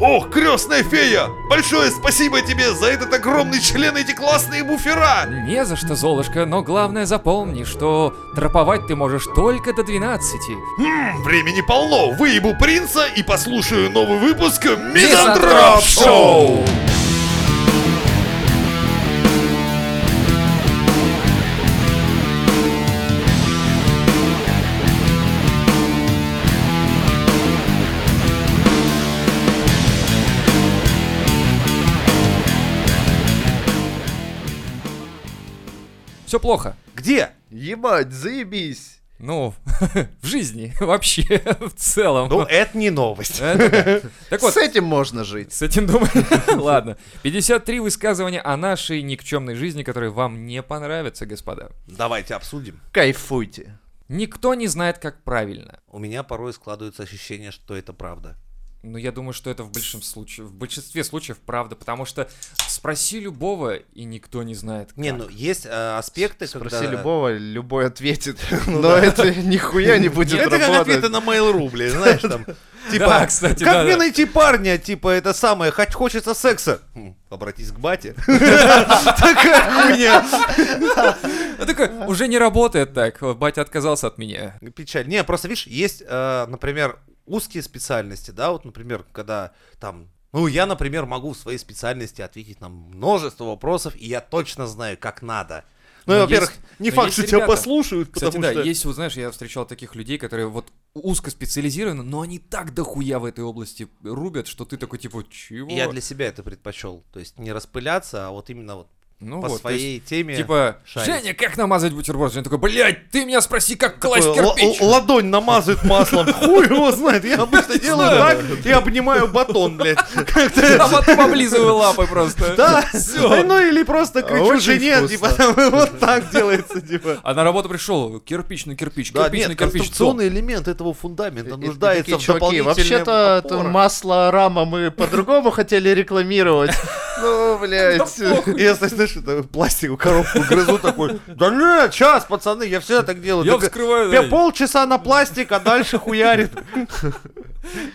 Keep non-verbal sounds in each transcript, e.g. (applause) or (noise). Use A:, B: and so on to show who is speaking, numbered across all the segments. A: Ох, крестная фея! Большое спасибо тебе за этот огромный член и эти классные буфера!
B: Не за что, Золушка, но главное запомни, что траповать ты можешь только до 12.
A: Хм, времени полно! Выебу принца и послушаю новый выпуск Мизантроп
B: Мизантроп
A: Шоу!
B: Шоу! Все плохо.
A: Где?
C: Ебать, заебись.
B: Ну, (laughs) в жизни (laughs) вообще, в целом.
A: Ну, это не новость.
B: Это (laughs) да. Так вот,
C: Э, С этим можно жить.
B: С этим думаю. (laughs) Ладно. 53 высказывания о нашей никчемной жизни, которые вам не понравятся, господа.
A: Давайте обсудим.
C: Кайфуйте.
B: Никто не знает, как правильно.
A: У меня порой складывается ощущение, что это правда.
B: Но Ну, я думаю, что это в большинстве случаев, в большинстве случаев правда, потому что спроси любого, и никто не знает. Как.
D: Не, ну есть э, аспекты,
C: Спроси
D: когда...
C: любого, любой (laughs) ответит. Ну Но это нихуя не будет
D: Это как ответы
C: работать.
D: на Mail.ru, блин, знаешь, там,
B: (laughs) да,
D: типа,
B: кстати,
D: как
B: да,
D: мне
B: да.
D: найти парня, типа, это самое, хоть хочется секса? Хм, Обратись к бате. (laughs) Такая хуйня.
B: Ну,
D: а?
B: такой, уже не работает так, вот, батя отказался от меня.
D: Печаль. Не, просто, видишь, есть, э, например, узкие специальности, да, вот, например, когда там... Ну, я, например, могу в своей специальности ответить на множество вопросов, и я точно знаю, как надо. Ну,
B: Но
D: и, во-первых,
B: есть-
D: не
C: Ну,
B: но
D: факт,
B: есть
D: что тебя
B: ребята.
D: послушают,
B: Кстати,
D: потому
B: да,
D: что...
B: есть, вот знаешь, я встречал таких людей, которые вот узко специализированы, но они так дохуя в этой области рубят, что ты такой, типа, чего?
D: И Я для себя это предпочел. То есть не распыляться, а вот именно вот
B: Ну
D: по
B: вот, то есть-
D: своей теме.
B: Типа,
D: шарить.
B: Женя, как намазать бутерброд? Женя такой, блядь, ты меня спроси, как класть
D: Такой л-
B: кирпич.
D: Э,
B: (laughs)
D: л- ладонь намазывает маслом. Хуй его знает. Я обычно делаю
B: знаю.
D: так и обнимаю батон, блядь.
B: А потом облизываю лапы просто.
D: Да.
B: Всё.
D: Ну или просто кричу
C: Очень
D: жене,
C: вкусно.
D: типа, вот так делается, типа.
B: А на работу пришел, кирпич на кирпич,
D: Да,
B: кирпич на
D: нет,
B: кирпич.
D: конструкционный элемент этого фундамента
C: И- и
D: нуждается
C: такие
D: в
C: чуваки,
D: дополнительном
C: Вообще-то это масло рама мы по-другому хотели рекламировать. (laughs) Ну, блядь.
D: Если, знаешь, это пластиковую коробку грызу такой, да нет, час, пацаны, я всегда так делаю.
B: Я
D: Так,
B: вскрываю,
D: Я
B: да,
D: полчаса на пластик, а дальше хуярит.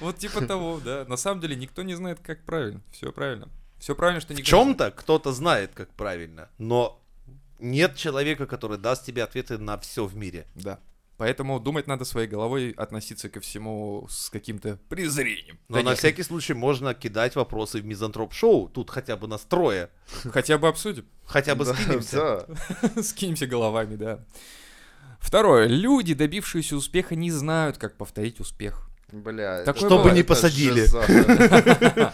B: вот типа того, да. На самом деле никто не знает, как правильно. Все правильно. Все правильно, что
D: В
B: никто не знает.
D: чем-то кто-то знает, как правильно, но нет человека, который даст тебе ответы на все в мире.
B: Да. Поэтому думать надо своей головой, относиться ко всему с каким-то презрением.
D: Но
B: Да
D: на
B: нет,
D: всякий случай можно кидать вопросы в мизантроп шоу. Тут хотя бы настроя.
B: (laughs) Хотя бы обсудим. (laughs)
D: Хотя бы
C: Да,
D: скинемся.
C: да.
B: Скинемся головами, да. Второе. Люди, добившиеся успеха, не знают, как повторить успех.
C: Бля,
B: Такое
C: это-
B: Чтобы бывает.
D: не
C: это
D: посадили.
C: жиза.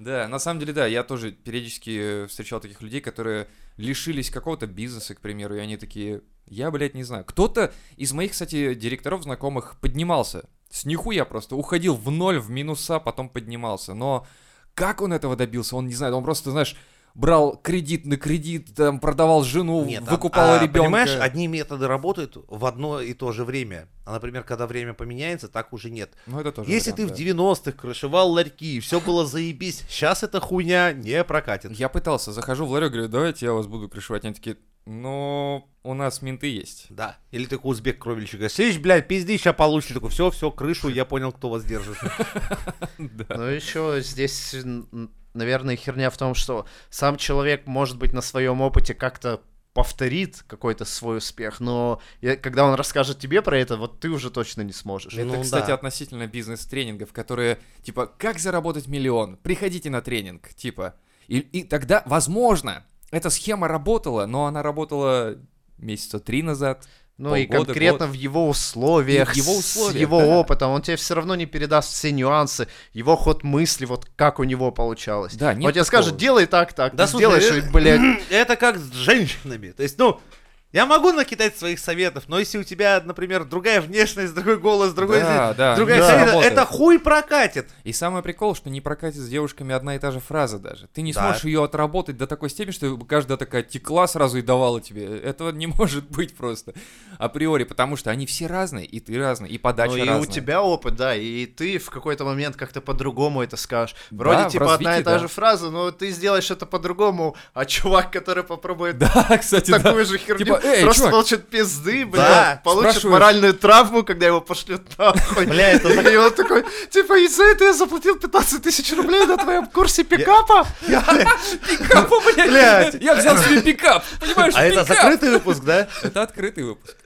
B: Да, на самом деле, да, я тоже периодически э, встречал таких людей, которые лишились какого-то бизнеса, к примеру, и они такие, я, блядь, не знаю. Кто-то из моих, кстати, директоров знакомых поднимался. С нихуя просто уходил в ноль, в минуса, потом поднимался. Но как он этого добился, он не знает. Он просто, знаешь, брал кредит на кредит, там, продавал жену,
D: Нет, а-
B: выкупал
D: а,
B: ребенка.
D: Понимаешь, одни методы работают в одно и то же время. А, например, когда время поменяется, так уже нет.
B: Ну, это тоже
D: Если ты
B: вариант,
D: в
B: да.
D: 90-х крышевал ларьки, и все было заебись, сейчас эта хуйня не прокатит.
B: Я пытался, захожу в ларек, говорю, давайте я вас буду крышевать. Они такие, ну, у нас менты есть.
D: Да. Или такой узбек кровельщика. Сидишь, блядь, пизди, сейчас получишь. Такой, все, все, крышу, я понял, кто вас держит.
B: Да.
C: Ну еще здесь, н- наверное, херня в том, что сам человек, может быть, на своем опыте как-то повторит какой-то свой успех, но я- когда он расскажет тебе про это, вот ты уже точно не сможешь.
D: Ну
B: Это,
D: да.
B: кстати, относительно бизнес-тренингов, которые, типа, как заработать миллион? Приходите на тренинг, типа. И, и тогда, возможно, эта схема работала, но она работала месяца три назад.
C: Ну и
B: полгода,
C: конкретно в его условиях,
B: И в его
C: с
B: условиях,
C: его
B: да.
C: опытом, он тебе все равно не передаст все нюансы, его ход мысли, вот как у него получалось.
B: Да, нет
C: он тебе скажет,
B: такого.
C: делай так, так,
D: Да
C: ты
D: слушай,
C: сделаешь,
D: э,
C: и, блядь,
D: Это как с женщинами. То есть, ну, я могу накидать своих советов, но если у тебя, например, другая внешность, другой голос, другой...
B: Да, да,
D: другая
B: да.
D: вся эта-
B: Работает.
D: это хуй прокатит.
B: И самый прикол, что не прокатит с девушками одна и та же фраза даже. Ты не
D: Да.
B: сможешь ее отработать до такой степени, что каждая такая текла сразу и давала тебе. Этого не может быть просто априори, потому что они все разные, и ты разный, и подача
C: Ну, и
B: разная.
C: у тебя опыт, да, и ты в какой-то момент как-то по-другому это скажешь.
B: в
C: Вроде типа одна
B: развитии,
C: и та
B: да.
C: же фраза, но ты сделаешь это по-другому, а чувак, который попробует
B: Да, кстати, да.
C: (laughs) такую же херню,
B: Типа, Эй,
C: просто
B: чувак.
C: получит пизды, бля,
D: Да,
C: получит
B: спрашиваешь.
C: моральную травму, когда его пошлют
B: (laughs)
C: нахуй.
D: Бля, это так-
C: И он такой, типа, из-за этого я заплатил 15 тысяч рублей на твоем курсе пикапа.
B: Пикапа, блядь.
D: Ну, Блядь.
B: Я взял себе пикап. Понимаешь,
D: (laughs) А это
B: пикап.
D: закрытый выпуск,
B: (laughs)
D: да?
B: Это открытый выпуск.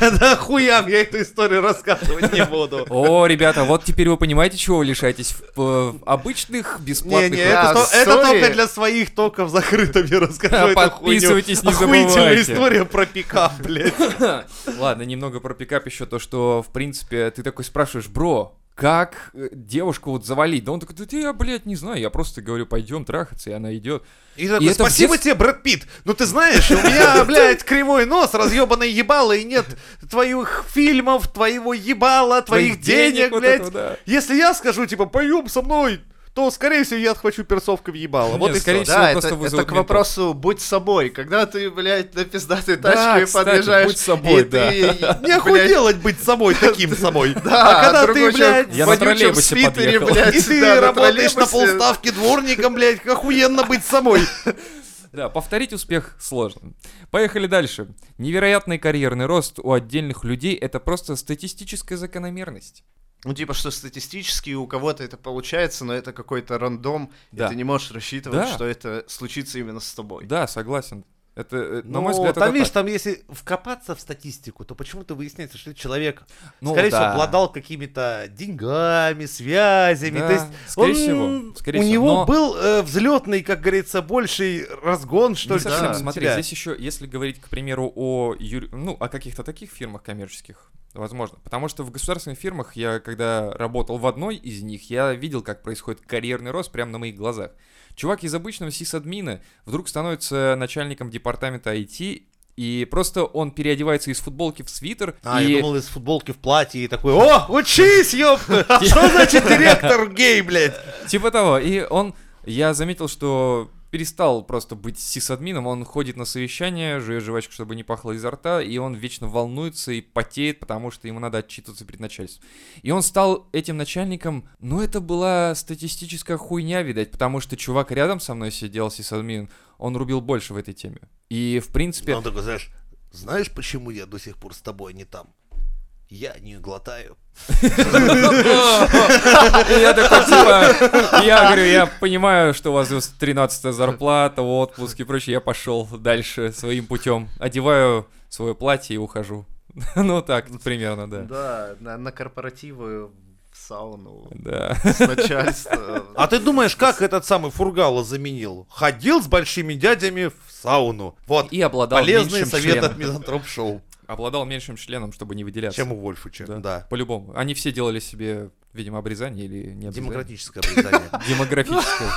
D: Да нахуям я эту историю рассказывать не
B: (laughs)
D: буду.
B: О, ребята, вот теперь вы понимаете, чего вы лишаетесь в, э, в обычных бесплатных...
D: Не-не,
C: Да,
D: это, то- это
C: sorry.
D: только для своих токов закрытыми рассказывай эту хуйню.
B: Подписывайтесь, не
D: Охуительная
B: забывайте.
D: история про пикап, блядь.
B: (laughs) Ладно, немного про пикап еще то, что, в принципе, ты такой спрашиваешь, бро, как э, девушку вот завалить? Да он такой, да я, блядь, не знаю, я просто говорю, пойдем трахаться, и она идет.
D: И такой,
B: это в
D: спасибо
B: детстве-
D: тебе, Брэд Питт, но ты знаешь, у меня, блядь, кривой нос, разъебанное ебало, и нет твоих фильмов, твоего ебала, твоих денег,
B: вот
D: блядь.
B: этого, да.
D: Если я скажу, типа, поем со мной, то, скорее всего, я отхвачу перцовкой в ебало. Вот
B: Нет,
D: и
B: скорее
D: скорее
B: всего,
C: Да, это,
B: просто вызовут
C: это к
B: ментов.
C: вопросу «будь собой». Когда ты, блядь, на пиздатой
B: Да,
C: тачке
B: кстати,
C: подъезжаешь...
B: «будь собой»,
C: и
B: да.
C: ты,
D: Не
B: (laughs)
D: хуй
C: блядь,
D: делать быть собой, таким собой.
C: Да,
D: а когда ты,
C: другой человек
D: блядь,
B: Я
C: в
B: на
C: вонючем
B: троллейбусе
C: свитере,
B: подъехал.
C: блядь,
D: и ты
C: да, на
D: работаешь на
C: троллейбусе.
D: полставки дворником, блядь, охуенно быть собой.
B: Да, повторить успех сложно. Поехали дальше. Невероятный карьерный рост у отдельных людей — это просто статистическая закономерность.
C: Ну, типа, что статистически у кого-то это получается, но это какой-то рандом,
B: Да.
C: и ты не можешь
B: Да.
C: рассчитывать, что это случится именно с тобой.
B: Да, согласен. Это, э, на
D: Ну,
B: мой взгляд,
D: там,
B: это
D: видишь,
B: так.
D: там если вкопаться в статистику, то почему-то выясняется, что человек,
B: Ну,
D: скорее всего,
B: да.
D: обладал какими-то деньгами, связями.
B: Да,
D: то есть
B: скорее
D: он-
B: всего, скорее
D: у
B: всего,
D: него
B: но-
D: был э, взлетный, как говорится, больший разгон, что
B: Не
D: ли,
B: совсем,
D: чем у
B: Ну смотри,
D: тебя.
B: здесь еще, если говорить, к примеру, о юри- ну, о каких-то таких фирмах коммерческих, возможно, потому что в государственных фирмах я, когда работал в одной из них, я видел, как происходит карьерный рост прямо на моих глазах. Чувак из обычного сисадмина вдруг становится начальником департамента IT, и просто он переодевается из футболки в свитер,
D: А,
B: и
D: я думал, из футболки в платье и такой, о, учись,
C: (laughs)
D: ёпта! Что значит директор гей, блядь?
B: Типа того. И он, я заметил, что перестал просто быть сисадмином, он ходит на совещание, жует жвачку, чтобы не пахло изо рта, и он вечно волнуется и потеет, потому что ему надо отчитываться перед начальством. И он стал этим начальником, ну это была статистическая хуйня, видать, потому что чувак рядом со мной сидел, сисадмин, он рубил больше в этой теме. И, в принципе,
D: Он такой, знаешь, знаешь, почему я до сих пор с тобой не там? Я не глотаю.
B: И я такой, типа, я говорю, я понимаю, что у вас 13 зарплата, отпуск и прочее, я пошел дальше своим путем. Одеваю свое платье и ухожу. (laughs) Ну так, примерно, да.
C: Да, на, на корпоративы в сауну
B: Да.
C: с (laughs) начальством.
D: А ты думаешь, как этот самый Фургала заменил? Ходил с большими дядями в сауну. Вот,
B: И обладал
D: полезные
B: меньшим
D: советы от
B: членом.
D: Мизантроп Шоу.
B: Обладал меньшим членом, чтобы не выделяться.
D: Чем у Вольфуча,
B: Да.
D: да.
B: По-любому. Они все делали себе, видимо, обрезание или не обрезание.
D: Демократическое обрезание.
B: Демографическое.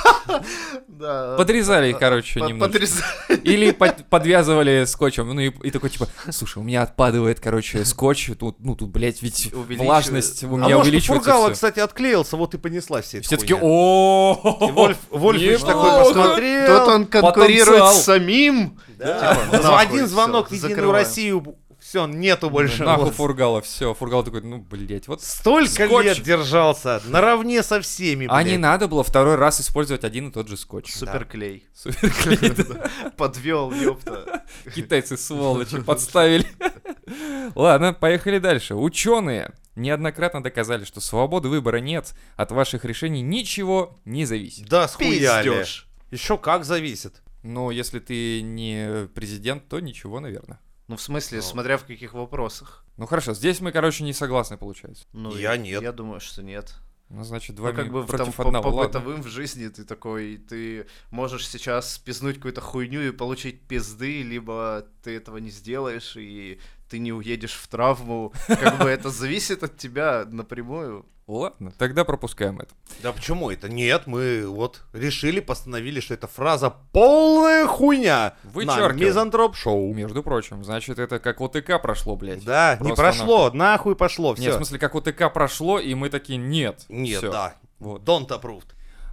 C: Да.
B: Подрезали, их, короче,
C: По-
B: немножко.
C: подрезать.
B: Или под- подвязывали скотчем, ну и, и такой типа, слушай, у меня отпадывает, короче, скотч, тут, ну тут, блядь, ведь
C: Увеличивает.
B: влажность у
D: А
B: меня
D: может,
B: увеличивается.
D: Фургала,
B: всё».
D: кстати, отклеился, вот и понеслась вся эта
B: Все таки
D: хуйня. И
B: о
D: Вольф, Вольфович
B: Неплохо.
D: такой посмотрел.
C: Тут он конкурирует
B: потенциал.
C: с самим.
D: Да.
C: Типа,
D: За
C: нахуй,
D: Один
C: всё,
D: звонок в Единую
C: закрываем.
D: Россию, все, нету больше.
B: Нахуй
D: Вот.
B: Фургала, все. Фургал такой, ну, блядь, вот...
D: Столько
B: Скотч.
D: лет держался, наравне со всеми,
B: А не
D: блядь.
B: надо было второй раз использовать один и тот же скотч. (laughs)
C: Суперклей.
B: Суперклей, да.
D: (laughs)
C: Подвел, ёпта.
B: Китайцы сволочи подставили. Ладно, поехали дальше. Ученые неоднократно доказали, что свободы выбора нет, от ваших решений ничего не зависит.
D: Да, схуяли.
C: Пиздёж.
D: Еще как зависит.
B: Но если ты не президент, то ничего, наверное.
C: Ну, в смысле,
D: Ну.
C: смотря в каких вопросах.
B: Ну хорошо, здесь мы, короче, не согласны, получается.
C: Ну,
D: Я нет.
C: Я думаю, что нет.
B: Ну, значит, два
C: Ну, как
B: ми-
C: бы в- там
B: против
C: по,
B: одного.
C: по
B: ладно.
C: бытовым в жизни ты такой, ты можешь сейчас пизнуть какую-то хуйню и получить пизды, либо ты этого не сделаешь, и ты не уедешь в травму. Как бы
B: (laughs)
C: это зависит от тебя напрямую.
B: Ладно, тогда пропускаем это.
D: Да почему это? Нет, мы вот решили, постановили, что эта фраза полная хуйня. На
B: Вычеркиваем.
D: мизантроп шоу.
B: Между прочим, значит, это как ОТК прошло, блядь.
D: Да, не
B: Просто
D: прошло, нахуй пошло,
B: Нет, в
D: все.
B: смысле, как ОТК прошло, и мы такие, нет.
D: Нет,
B: всё.
D: да.
B: Вот.
D: Don't approved.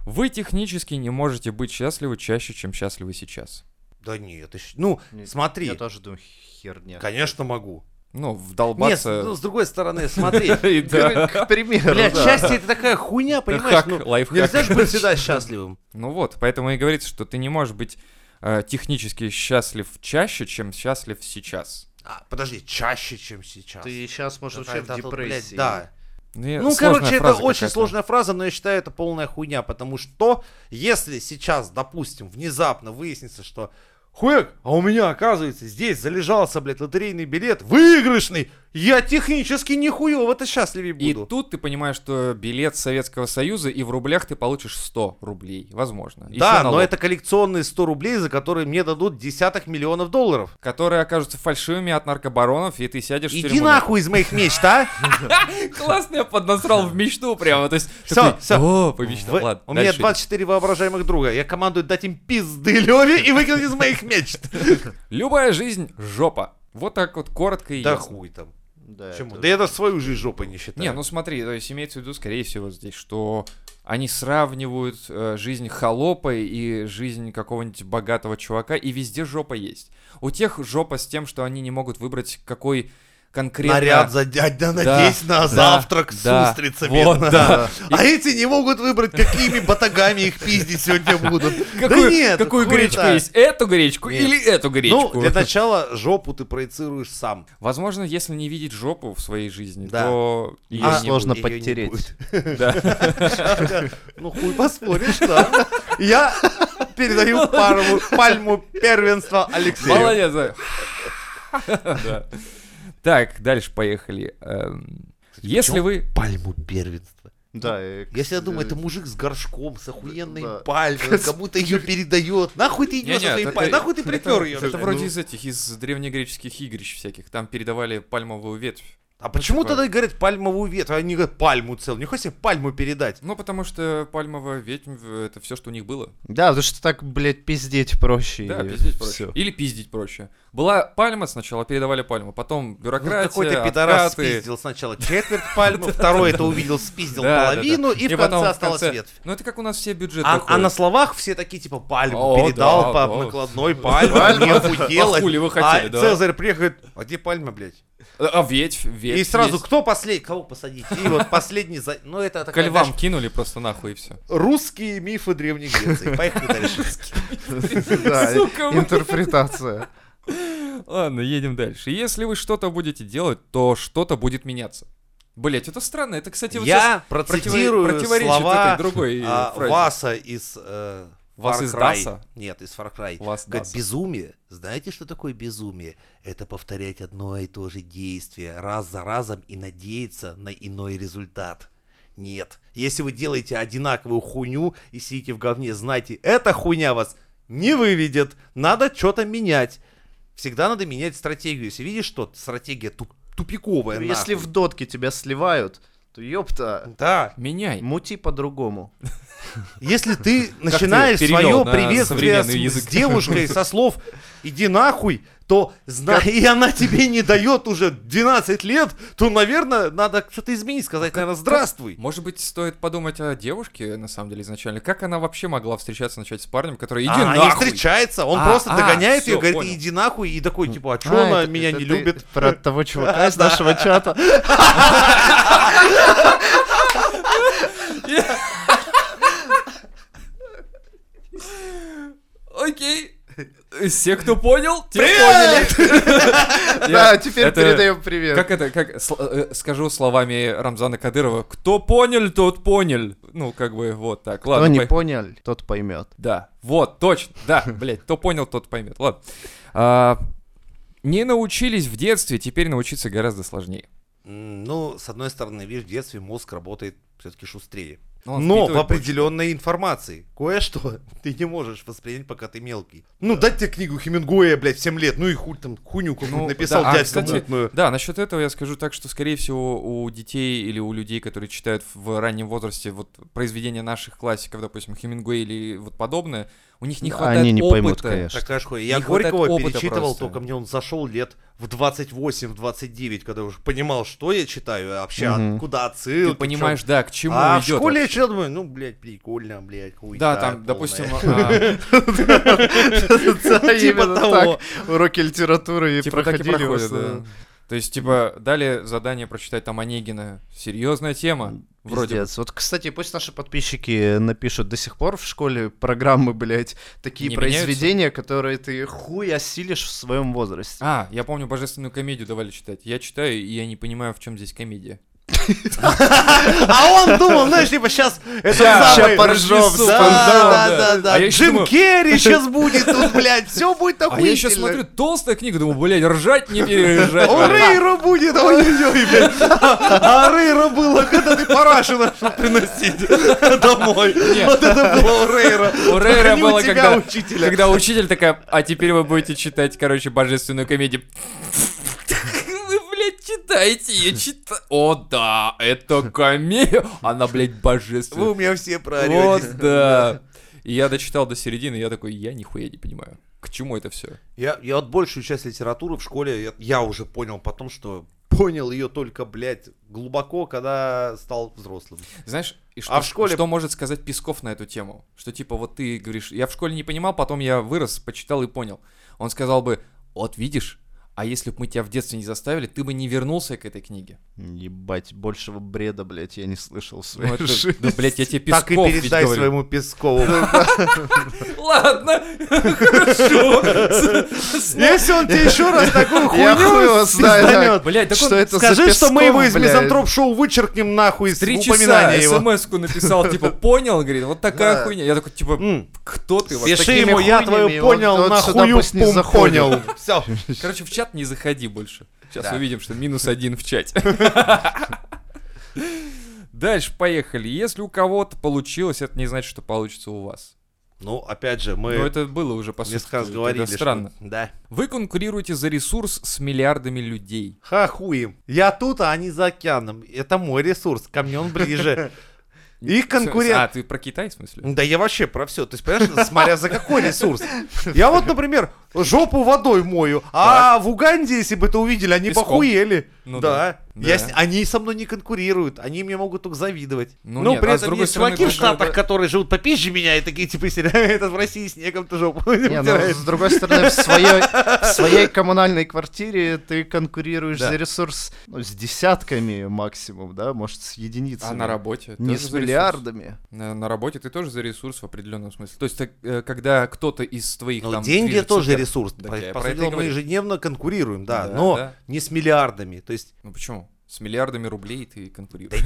B: Вы технически не можете быть счастливы чаще, чем счастливы сейчас.
D: Да нет, ещё- ну,
C: Нет,
D: смотри,
C: Я тоже думаю, херня.
D: конечно могу.
B: Ну,
D: Нет, с-
B: (laughs) вдолбаться...
D: ну, с другой стороны,
B: (laughs)
D: смотри,
B: И
C: (laughs)
B: да.
C: К, к примеру,
D: Блядь,
C: да.
D: счастье это такая хуйня, понимаешь?
B: Хак,
D: Ну,
B: лайфхак. (laughs)
D: нельзя же быть всегда счастливым.
B: Ну вот, поэтому и говорится, что ты не можешь быть э, технически счастлив чаще, чем счастлив сейчас.
D: А, подожди, чаще, чем сейчас.
C: Ты сейчас,
D: Да,
C: может, вообще в
D: да, тут, блядь,
C: депрессии.
D: да.
B: Ну, и
D: Ну,
B: сложная
D: короче, это
B: фраза
D: очень
B: какая-то.
D: сложная фраза, но я считаю, это полная хуйня, потому что если сейчас, допустим, внезапно выяснится, что хуяк, а у меня, оказывается, здесь залежался, блядь, лотерейный билет, выигрышный, я технически нихуево-то счастливее
B: И
D: буду.
B: тут ты понимаешь, что билет Советского Союза, и в рублях ты получишь 100 рублей, возможно. Ещё
D: Да, но
B: налог.
D: это коллекционные 100 рублей, за которые мне дадут десяток миллионов долларов.
B: Которые окажутся фальшивыми от наркобаронов, и ты сядешь в
D: Иди
B: тюрьму. (laughs)
D: нахуй из моих мечт, а!
B: Классно, я поднасрал в мечту прямо, то есть...
D: Всё,
B: такой,
D: всё.
B: О, по мечтам,
D: Вы-
B: ладно.
D: У меня
B: дальше
D: 24 воображаемых друга. Я командую дать им пизды Леве и выкинуть из моих
B: (laughs)
D: мечт.
B: иди. Любая жизнь — жопа. Вот так вот коротко и
D: Да
B: ясно.
D: хуй там.
C: Да,
D: Почему?
C: это-
D: Да я даже свою жизнь жопой не считаю.
B: Не, ну смотри, то есть имеется в виду, скорее всего, здесь, что они сравнивают э, жизнь холопа и жизнь какого-нибудь богатого чувака, и везде жопа есть. У тех жопа с тем, что они не могут выбрать, какой конкретно...
D: Наряд задять, да, надеть на завтрак с
B: да.
D: устрицами.
B: Вот, да.
D: (laughs) А эти не могут выбрать, какими батагами их пиздить сегодня
B: (laughs)
D: будут.
B: Какую,
D: да нет,
B: какую
D: хуй
B: гречку
D: знает.
B: есть? Эту гречку
D: Нет.
B: или эту гречку?
D: Ну, для начала жопу ты проецируешь сам.
B: Возможно, если не видеть жопу в своей жизни,
D: Да.
B: то... её
C: А,
B: не
C: сложно
D: Её не
C: подтереть.
D: будет. (laughs)
B: будет, да. (laughs)
D: Ну, хуй поспоришь, да. Я передаю парму- пальму первенства Алексею.
B: Молодец. да. (laughs) Да. Так, дальше поехали. Эм, Если
D: почему?
B: вы
D: Пальму первенства.
C: Да, э,
D: Я всегда думаю, это
C: э,
D: мужик с горшком, с охуенной
C: Да.
D: пальмой, кому-то ее передает. Нахуй ты идешь
B: Не-не,
D: со своей
B: это-
D: пальмой?
B: это-
D: Нахуй ты припер ее?
B: Это
C: ну
B: вроде из этих, из древнегреческих игрищ всяких. Там передавали пальмовую ветвь.
D: А почему
B: такое.
D: тогда говорят пальмовую ветвь? а Они говорят пальму целую. Не хочешь себе пальму передать?
B: Ну, потому что пальмовая ветвь э, это все, что у них было.
C: Да, потому что так, блядь, пиздеть проще.
B: Да,
C: и
B: пиздить проще. (laughs)
C: всё.
B: Или пиздить проще. Была пальма сначала, передавали пальму, потом
D: Ну,
B: бюрократия,
D: Какой-то пидорас
B: откаты.
D: спиздил сначала четверть пальмы, второй это увидел, спиздил
B: Да, да, да.
D: половину, и в
B: потом
D: конце осталась ветвь.
B: Ну, это как у нас все бюджеты
D: А, а
B: ходят.
D: на словах все такие, типа, пальму
B: О,
D: передал
B: да,
D: по
B: да.
D: накладной пальме, не
B: А хули вы
D: охуел.
B: хотели,
D: А
B: да.
D: Цезарь приехает, а где пальма, блядь?
B: А а ветвь, ветвь.
D: И сразу,
B: есть.
D: кто последний, кого посадить? И вот последний, за... ну это
B: Ко
D: такая,
B: львам
D: знаешь,
B: кинули просто нахуй и все.
D: русские мифы Древней Греции. Поехали дальше.
C: Да,
B: Сука, вы.
C: интерпретация.
B: Ладно, едем дальше. Если вы что-то будете делать, то что-то будет меняться. Блять, это странно. Это, кстати, вот сейчас
D: Я
B: противоре-
D: процитирую
B: противоречит этой
D: слова
B: другой
D: а,
B: э, фразе.
D: Васа из э,
B: Вас
D: Far
B: из
D: Cry.
B: Даса?
D: Нет, из Far Cry.
B: Вас
D: Говорит,
B: Даса.
D: безумие. Знаете, что такое безумие? Это повторять одно и то же действие раз за разом и надеяться на иной результат. Нет. Если вы делаете одинаковую хуйню и сидите в говне, знайте, эта хуйня вас не выведет. Надо что-то менять. Всегда надо менять стратегию. Если видишь, что стратегия туп- тупиковая.
C: Ну, Если в
D: нахуй.
C: дотке тебя сливают, то ёпта,
D: Да.
B: Меняй.
C: мути по-другому.
D: Если ты начинаешь
B: перевел
D: свое
B: на
D: приветствие с,
B: современный язык?
D: с девушкой со слов «иди нахуй», то знай, и она тебе не дает уже 12 лет, то, наверное, надо что-то изменить, сказать, наверное, «здравствуй».
B: Может быть, стоит подумать о девушке, на самом деле, изначально. Как она вообще могла встречаться, начать с парнем, который... Иди
D: А,
B: нахуй!
D: Они встречаются, он
B: А,
D: просто
B: а,
D: догоняет
B: всё,
D: ее, говорит,
B: понял.
D: иди нахуй, и такой, типа, а че
C: А,
D: она
C: это-
D: меня
C: это
D: не
C: ты
D: любит?
C: Про
B: (laughs)
C: того чувака из нашего чата.
B: Окей. Все, кто понял, те поняли.
D: (laughs)
C: Да,
B: Я-
C: теперь
B: это-
C: передаем привет.
B: Как это, как, сл- э, скажу словами Рамзана Кадырова, кто понял, тот понял. Ну, как бы, вот так.
C: Кто
B: Ладно,
D: Ну,
C: не
B: пой-
C: понял, тот
B: (laughs)
C: поймет.
B: Да, вот, точно, да, (laughs) блядь, кто понял, тот поймет. Ладно. А, не научились в детстве, теперь научиться гораздо сложнее.
D: М, Ну, с одной стороны, видишь, в детстве мозг работает все-таки шустрее.
B: Ну, он
D: Но в
B: впитывает больше.
D: определенной информации. Кое-что ты не можешь воспринять, пока ты мелкий. Ну, дать тебе книгу Хемингуэя, блядь, в 7 лет, ну и хуй там, хуйню какую-нибудь
B: Ну,
D: написал
B: да, а,
D: дядька
B: кстати,
D: мутную.
B: Да, насчет этого я скажу так, что, скорее всего, у детей или у людей, которые читают в раннем возрасте вот произведения наших классиков, допустим, Хемингуэй или вот подобное, у них не
C: Да,
B: хватает
C: они не
B: опыта.
C: поймут, конечно.
D: Такая ж хуйня. Я
B: Не хватает
D: Горького
B: опыта
D: перечитывал,
B: просто.
D: только мне он зашел лет в 28-29, когда я уже понимал, что я читаю, вообще,
C: Мгм.
D: куда
B: Ты
D: отсылки,
B: понимаешь,
D: чё.
B: да, к чему
D: а в
B: идет.
D: школе я читал, думаю, ну, блядь, прикольно, блядь, хуйня
B: да, там, допустим, а,
C: (laughs) Да, именно
D: того.
C: так. Уроки литературы и
B: типа так и
C: проходили в
B: проходят, да.
C: основном.
B: То есть, типа, дали задание прочитать там Онегина. Серьезная тема. Вроде бы.
C: Пиздец. Вот, кстати, пусть наши подписчики напишут до сих пор в школе программы, блядь, такие
B: Не меняются?
C: произведения, которые ты хуй осилишь в своем возрасте.
B: А, я помню, божественную комедию давали читать. Я читаю, и я не понимаю, в чем здесь комедия.
D: А он думал, знаешь, типа сейчас
B: А
D: это
B: Ща,
D: самый...
B: ща поржём,
D: разнесут.
B: с
D: Да,
B: Фандомом,
D: да,
B: да.
D: да, да.
B: А я ещё
D: Джим
B: думаю-
D: Керри сейчас будет тут, блядь, все будет
B: А я еще
D: охуительно.
B: смотрю, толстая книга, думаю, блядь, ржать не пережать.
D: О, Рейро будет, ой-ой-ой, блядь. А Рейро было, когда ты парашу начал приносить (laughs) домой.
B: Нет.
D: Вот это было у Рейро.
B: У Рейра
D: Только не у
B: было,
D: тебя,
B: когда,
D: учителя.
B: когда учитель такая, а теперь вы будете читать, короче, божественную комедию. (laughs) Вы, блядь, читайте ее, чита... О, да, это комедия. Она, блядь,
D: Вы
B: божественная.
D: у меня все проорётесь.
B: Вот, да. И я дочитал до середины, и я такой, я нихуя не понимаю. К чему это все?
D: Я, я вот большую часть литературы в школе я, я уже понял потом, что понял ее только, блядь, глубоко, когда стал взрослым.
B: Знаешь, и что,
D: А в школе-
B: что может сказать Песков на эту тему? Что типа вот ты говоришь, я в школе не понимал, потом я вырос, почитал и понял. Он сказал бы, вот видишь, а если бы мы тебя в детстве не заставили, ты бы не вернулся к этой книге.
C: Ебать, большего бреда, блядь, я не слышал в
B: Ну,
C: своей
B: это-
C: жизни.
B: да, блядь, я тебе Песков
D: так и передай
B: ведь говорю.
D: своему Пескову.
B: Ладно, хорошо. С- с-
D: Если он тебе еще раз такую
C: Я хуй его
D: хуйню
C: знаю,
D: пизданет,
B: Блядь, так
C: Что
B: он
C: это
D: скажи,
C: за
D: что мы
C: Песков,
D: его из
C: блядь?
D: мизантроп-шоу вычеркнем нахуй из
B: три часа
D: упоминания его.
B: смс-ку написал, типа, понял, говорит, вот такая
D: Да.
B: хуйня. Я такой, типа,
D: М.
B: кто ты вообще?
D: Пиши
C: такими
D: ему, я
C: хуйнями
D: твою
C: он-
D: понял,
C: он сюда
D: нахую
C: пусть не
D: пум
C: заходит.
D: понял. Все.
B: Короче, в чат не заходи больше. Сейчас
D: Да.
B: увидим, что минус один в чате. Дальше поехали. Если у кого-то получилось, это не значит, что получится у вас.
D: Ну, опять же,
B: Но
D: мы
B: это было уже, по сути,
D: несколько раз
B: это
D: говорили, что-
B: странно.
D: Да.
B: Вы конкурируете за ресурс с миллиардами людей.
D: Ха хуем. Я тут, а они за океаном. Это мой ресурс, ко мне он ближе.
B: (laughs)
D: Их конкурент-
B: А, ты про Китай, в смысле?
D: Да я вообще про все. То есть, понимаешь, смотря за какой ресурс. Я вот, например, жопу водой мою, а в Уганде, если бы это увидели, они
B: Песком.
D: похуели.
B: Ну
D: да.
B: да.
D: Я
B: Да.
D: с- Они со мной не конкурируют, они мне могут только завидовать.
B: Ну
D: Но
B: нет,
D: при
B: а с
D: этом
B: другой
D: есть
B: стороны,
D: чуваки в
B: друг друга-
D: Штатах, которые живут попизже меня, и такие, типа, если (laughs) это в России снегом ты жопу не
C: Не, ну,
D: вытираешь».
C: с другой стороны, в своей, в
D: (laughs)
C: своей коммунальной квартире ты конкурируешь
D: Да.
C: за ресурс ну, с десятками максимум, да, может, с единицами.
B: А на работе?
C: Не
B: тоже
C: с
B: за ресурс?
C: миллиардами.
B: На, на работе ты тоже за ресурс в определенном смысле. То есть, так, э, когда кто-то из твоих
D: Ну,
B: там...
D: деньги
B: движется
D: тоже
B: вверх.
D: ресурс.
B: Так
D: По-
B: я
D: по
B: про
D: сути
B: это и
D: дела, мы
B: говорю.
D: ежедневно конкурируем, да,
B: Да,
D: но
B: да.
D: не с миллиардами. То есть,
B: Ну почему? С миллиардами рублей ты конкурируешь.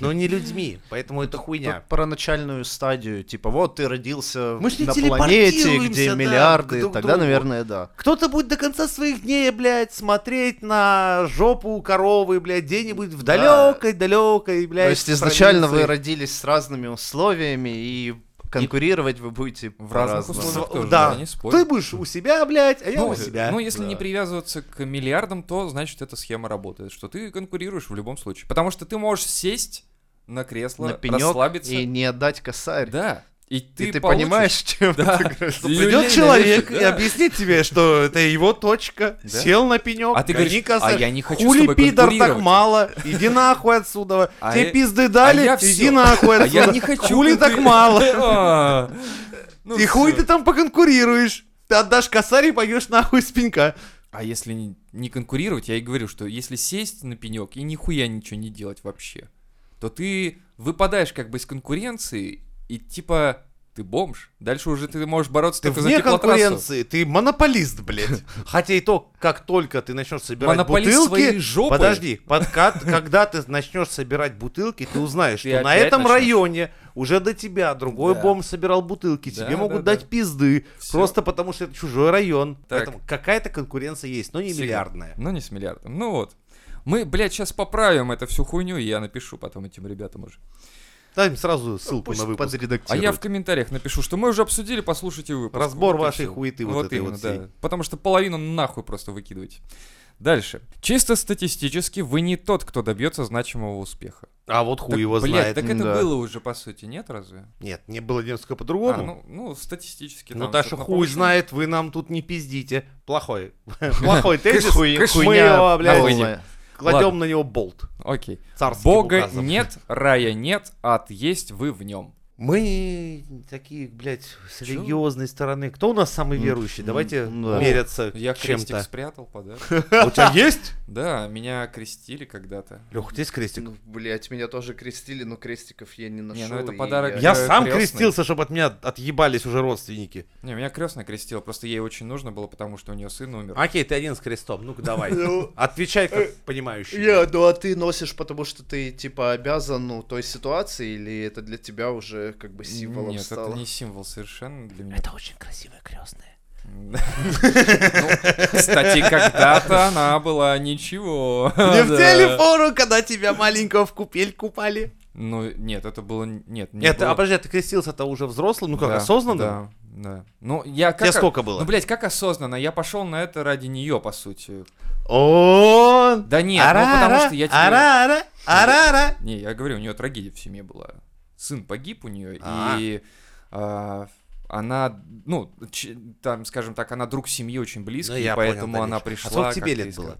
D: но не людьми, поэтому это хуйня.
C: Тут Про начальную стадию, типа, вот ты родился
D: Мы ж не
C: на планете, где
D: телепортируемся, да,
C: миллиарды,
D: друг к
C: тогда,
D: другу.
C: наверное, да.
D: Кто-то будет до конца своих дней, блядь, смотреть на жопу коровы, блядь, где-нибудь в
C: Да.
D: далекой, далекой, блядь.
C: То есть изначально вы
D: провинции.
C: родились с разными условиями, и конкурировать вы будете
B: В разных
C: по-разному.
B: условиях
D: Ну,
B: тоже,
D: да.
B: я не спорю.
D: Ты будешь у себя, блядь, а я у
B: Ну,
D: себя.
B: ну, если
D: Да.
B: не привязываться к миллиардам, то значит эта схема работает, что ты конкурируешь в любом случае. Потому что ты можешь сесть на кресло,
C: На пенек
B: расслабиться.
C: и не отдать косарь.
B: Да. И ты,
C: И ты
B: получишь-
C: понимаешь, чем
B: Да.
C: ты играешь?
B: Люлей
D: Придет человек
B: навешать,
D: и
B: да.
D: объяснит тебе, что это его точка.
B: (laughs) Да.
D: Сел на пенек,
B: А ты говоришь,
D: гони косарь.
B: а я не хочу с
D: Хули
B: тобой
D: пидор так
B: конкурировать.
D: мало, иди нахуй отсюда.
B: (laughs) А
D: Тебе
B: я-
D: пизды дали,
B: я
D: иди
B: всё.
D: нахуй
B: (laughs) А
D: отсюда.
B: я не хочу.
D: Хули
B: ну
D: так
B: ты-
D: мало.
B: (laughs) А, ну
D: и хуй
B: всё.
D: ты там поконкурируешь. Ты отдашь косарь и пойдешь нахуй с пенька.
B: А если не- не конкурировать, я и говорю, что если сесть на пенек и нихуя ничего не делать вообще, то ты выпадаешь как бы из конкуренции и типа ты бомж. Дальше уже ты можешь бороться
D: Ты
B: только за
D: вне
B: теплотрассу.
D: конкуренции, ты монополист, блядь. Хотя и то, как только ты начнешь собирать
B: Монополист своей
D: бутылки...
B: жопы.
D: Подожди, под- кат- когда ты начнешь собирать бутылки, ты узнаешь,
B: Ты
D: что на
B: опять
D: этом
B: начнешь.
D: районе уже до тебя другой
B: Да.
D: бомб собирал бутылки,
B: Да,
D: тебе
B: да,
D: могут
B: да.
D: дать пизды,
B: Всё.
D: просто потому что это чужой район.
B: Так.
D: Поэтому какая-то конкуренция есть, но не
B: Всегда.
D: миллиардная.
B: Ну, не с миллиардом. Ну вот. Мы, блядь, сейчас поправим эту всю хуйню, и я напишу потом этим ребятам уже.
D: Дай им сразу ссылку на
C: Пусть
D: выпуск.
B: А
C: подредактируют.
B: я в комментариях напишу, что мы уже обсудили, послушайте выпуск.
D: Разбор
B: Вот и
D: вашей
B: всё.
D: хуеты вот этой
B: именно,
D: вот
B: да.
D: всей.
B: Потому что половину нахуй просто выкидывайте. Дальше. Чисто статистически вы не тот, кто добьется значимого успеха.
D: А вот хуй
B: Так,
D: его
B: блядь,
D: знает.
B: так это
C: Да.
B: было уже, по сути, нет разве?
D: Нет, не было несколько
B: А,
D: по-другому.
B: ну, ну, статистически.
D: Ну,
B: там
D: Даша,
B: всё на
D: хуй
B: повышение.
D: знает, вы нам тут не пиздите. (laughs) Плохой. Плохой тезис.
C: Хуй-
D: Мы
C: хуйня
D: его, блядь,
C: полная.
D: кладем на него болт.
B: Окей.
D: Царским
B: Бога
D: указом.
B: нет, рая нет, ад есть, вы в нем.
D: Мы такие, блядь, с
B: Чё?
D: религиозной стороны. Кто у нас самый
C: М,
D: верующий?
C: м,
D: Давайте
C: да.
D: меряться
B: Я крестик
D: чем-то.
B: спрятал подальше.
D: А (laughs) У тебя (laughs) есть?
B: Да, меня крестили когда-то.
D: Лех, у тебя есть крестик?
C: Блять, Ну, меня тоже крестили, но крестиков я не нашел.
B: ну это
C: и
B: подарок.
D: Я
B: э,
D: сам
B: крестный.
D: крестился, чтобы от меня отъебались уже родственники.
B: Не, меня крестная крестила, просто ей очень нужно было, потому что у нее сын умер.
D: Окей, ты один с крестом. Ну-ка (laughs) давай. Отвечай (laughs) как понимающий.
C: (laughs) Я, ну а ты носишь, потому что ты типа обязан ну, той ситуации, или это для тебя уже как бы символом
B: Нет,
C: стало?
B: это не символ совершенно для меня.
D: очень красивая крестная.
B: (laughs) Ну, Кстати, когда-то она была ничего.
D: (laughs) Не
B: Да.
D: в телефону, когда тебя маленького в купель купали.
B: Ну, нет, это было... н- Нет, не
D: Нет, ты-
B: было.
D: а подожди, ты крестился-то уже взрослым, ну как,
B: Да,
D: осознанно?
B: Да, да. Ну, я как...
D: Тебе сколько было?
B: Ну, блядь, как осознанно? Я пошел на это ради нее, по сути.
D: Он.
B: Да нет, ну, потому что я тебе...
D: Арара, арара.
B: Не, я говорю, у нее трагедия в семье была. Сын погиб у нее,
D: А.
B: и а, она, ну, ч- там, скажем так, она друг семьи очень близкий,
D: Ну,
B: и
D: я понял,
B: поэтому
D: да, Миша.
B: она
D: А
B: пришла.
D: сколько тебе
B: как-то
D: лет
B: и
D: было?
B: сказала.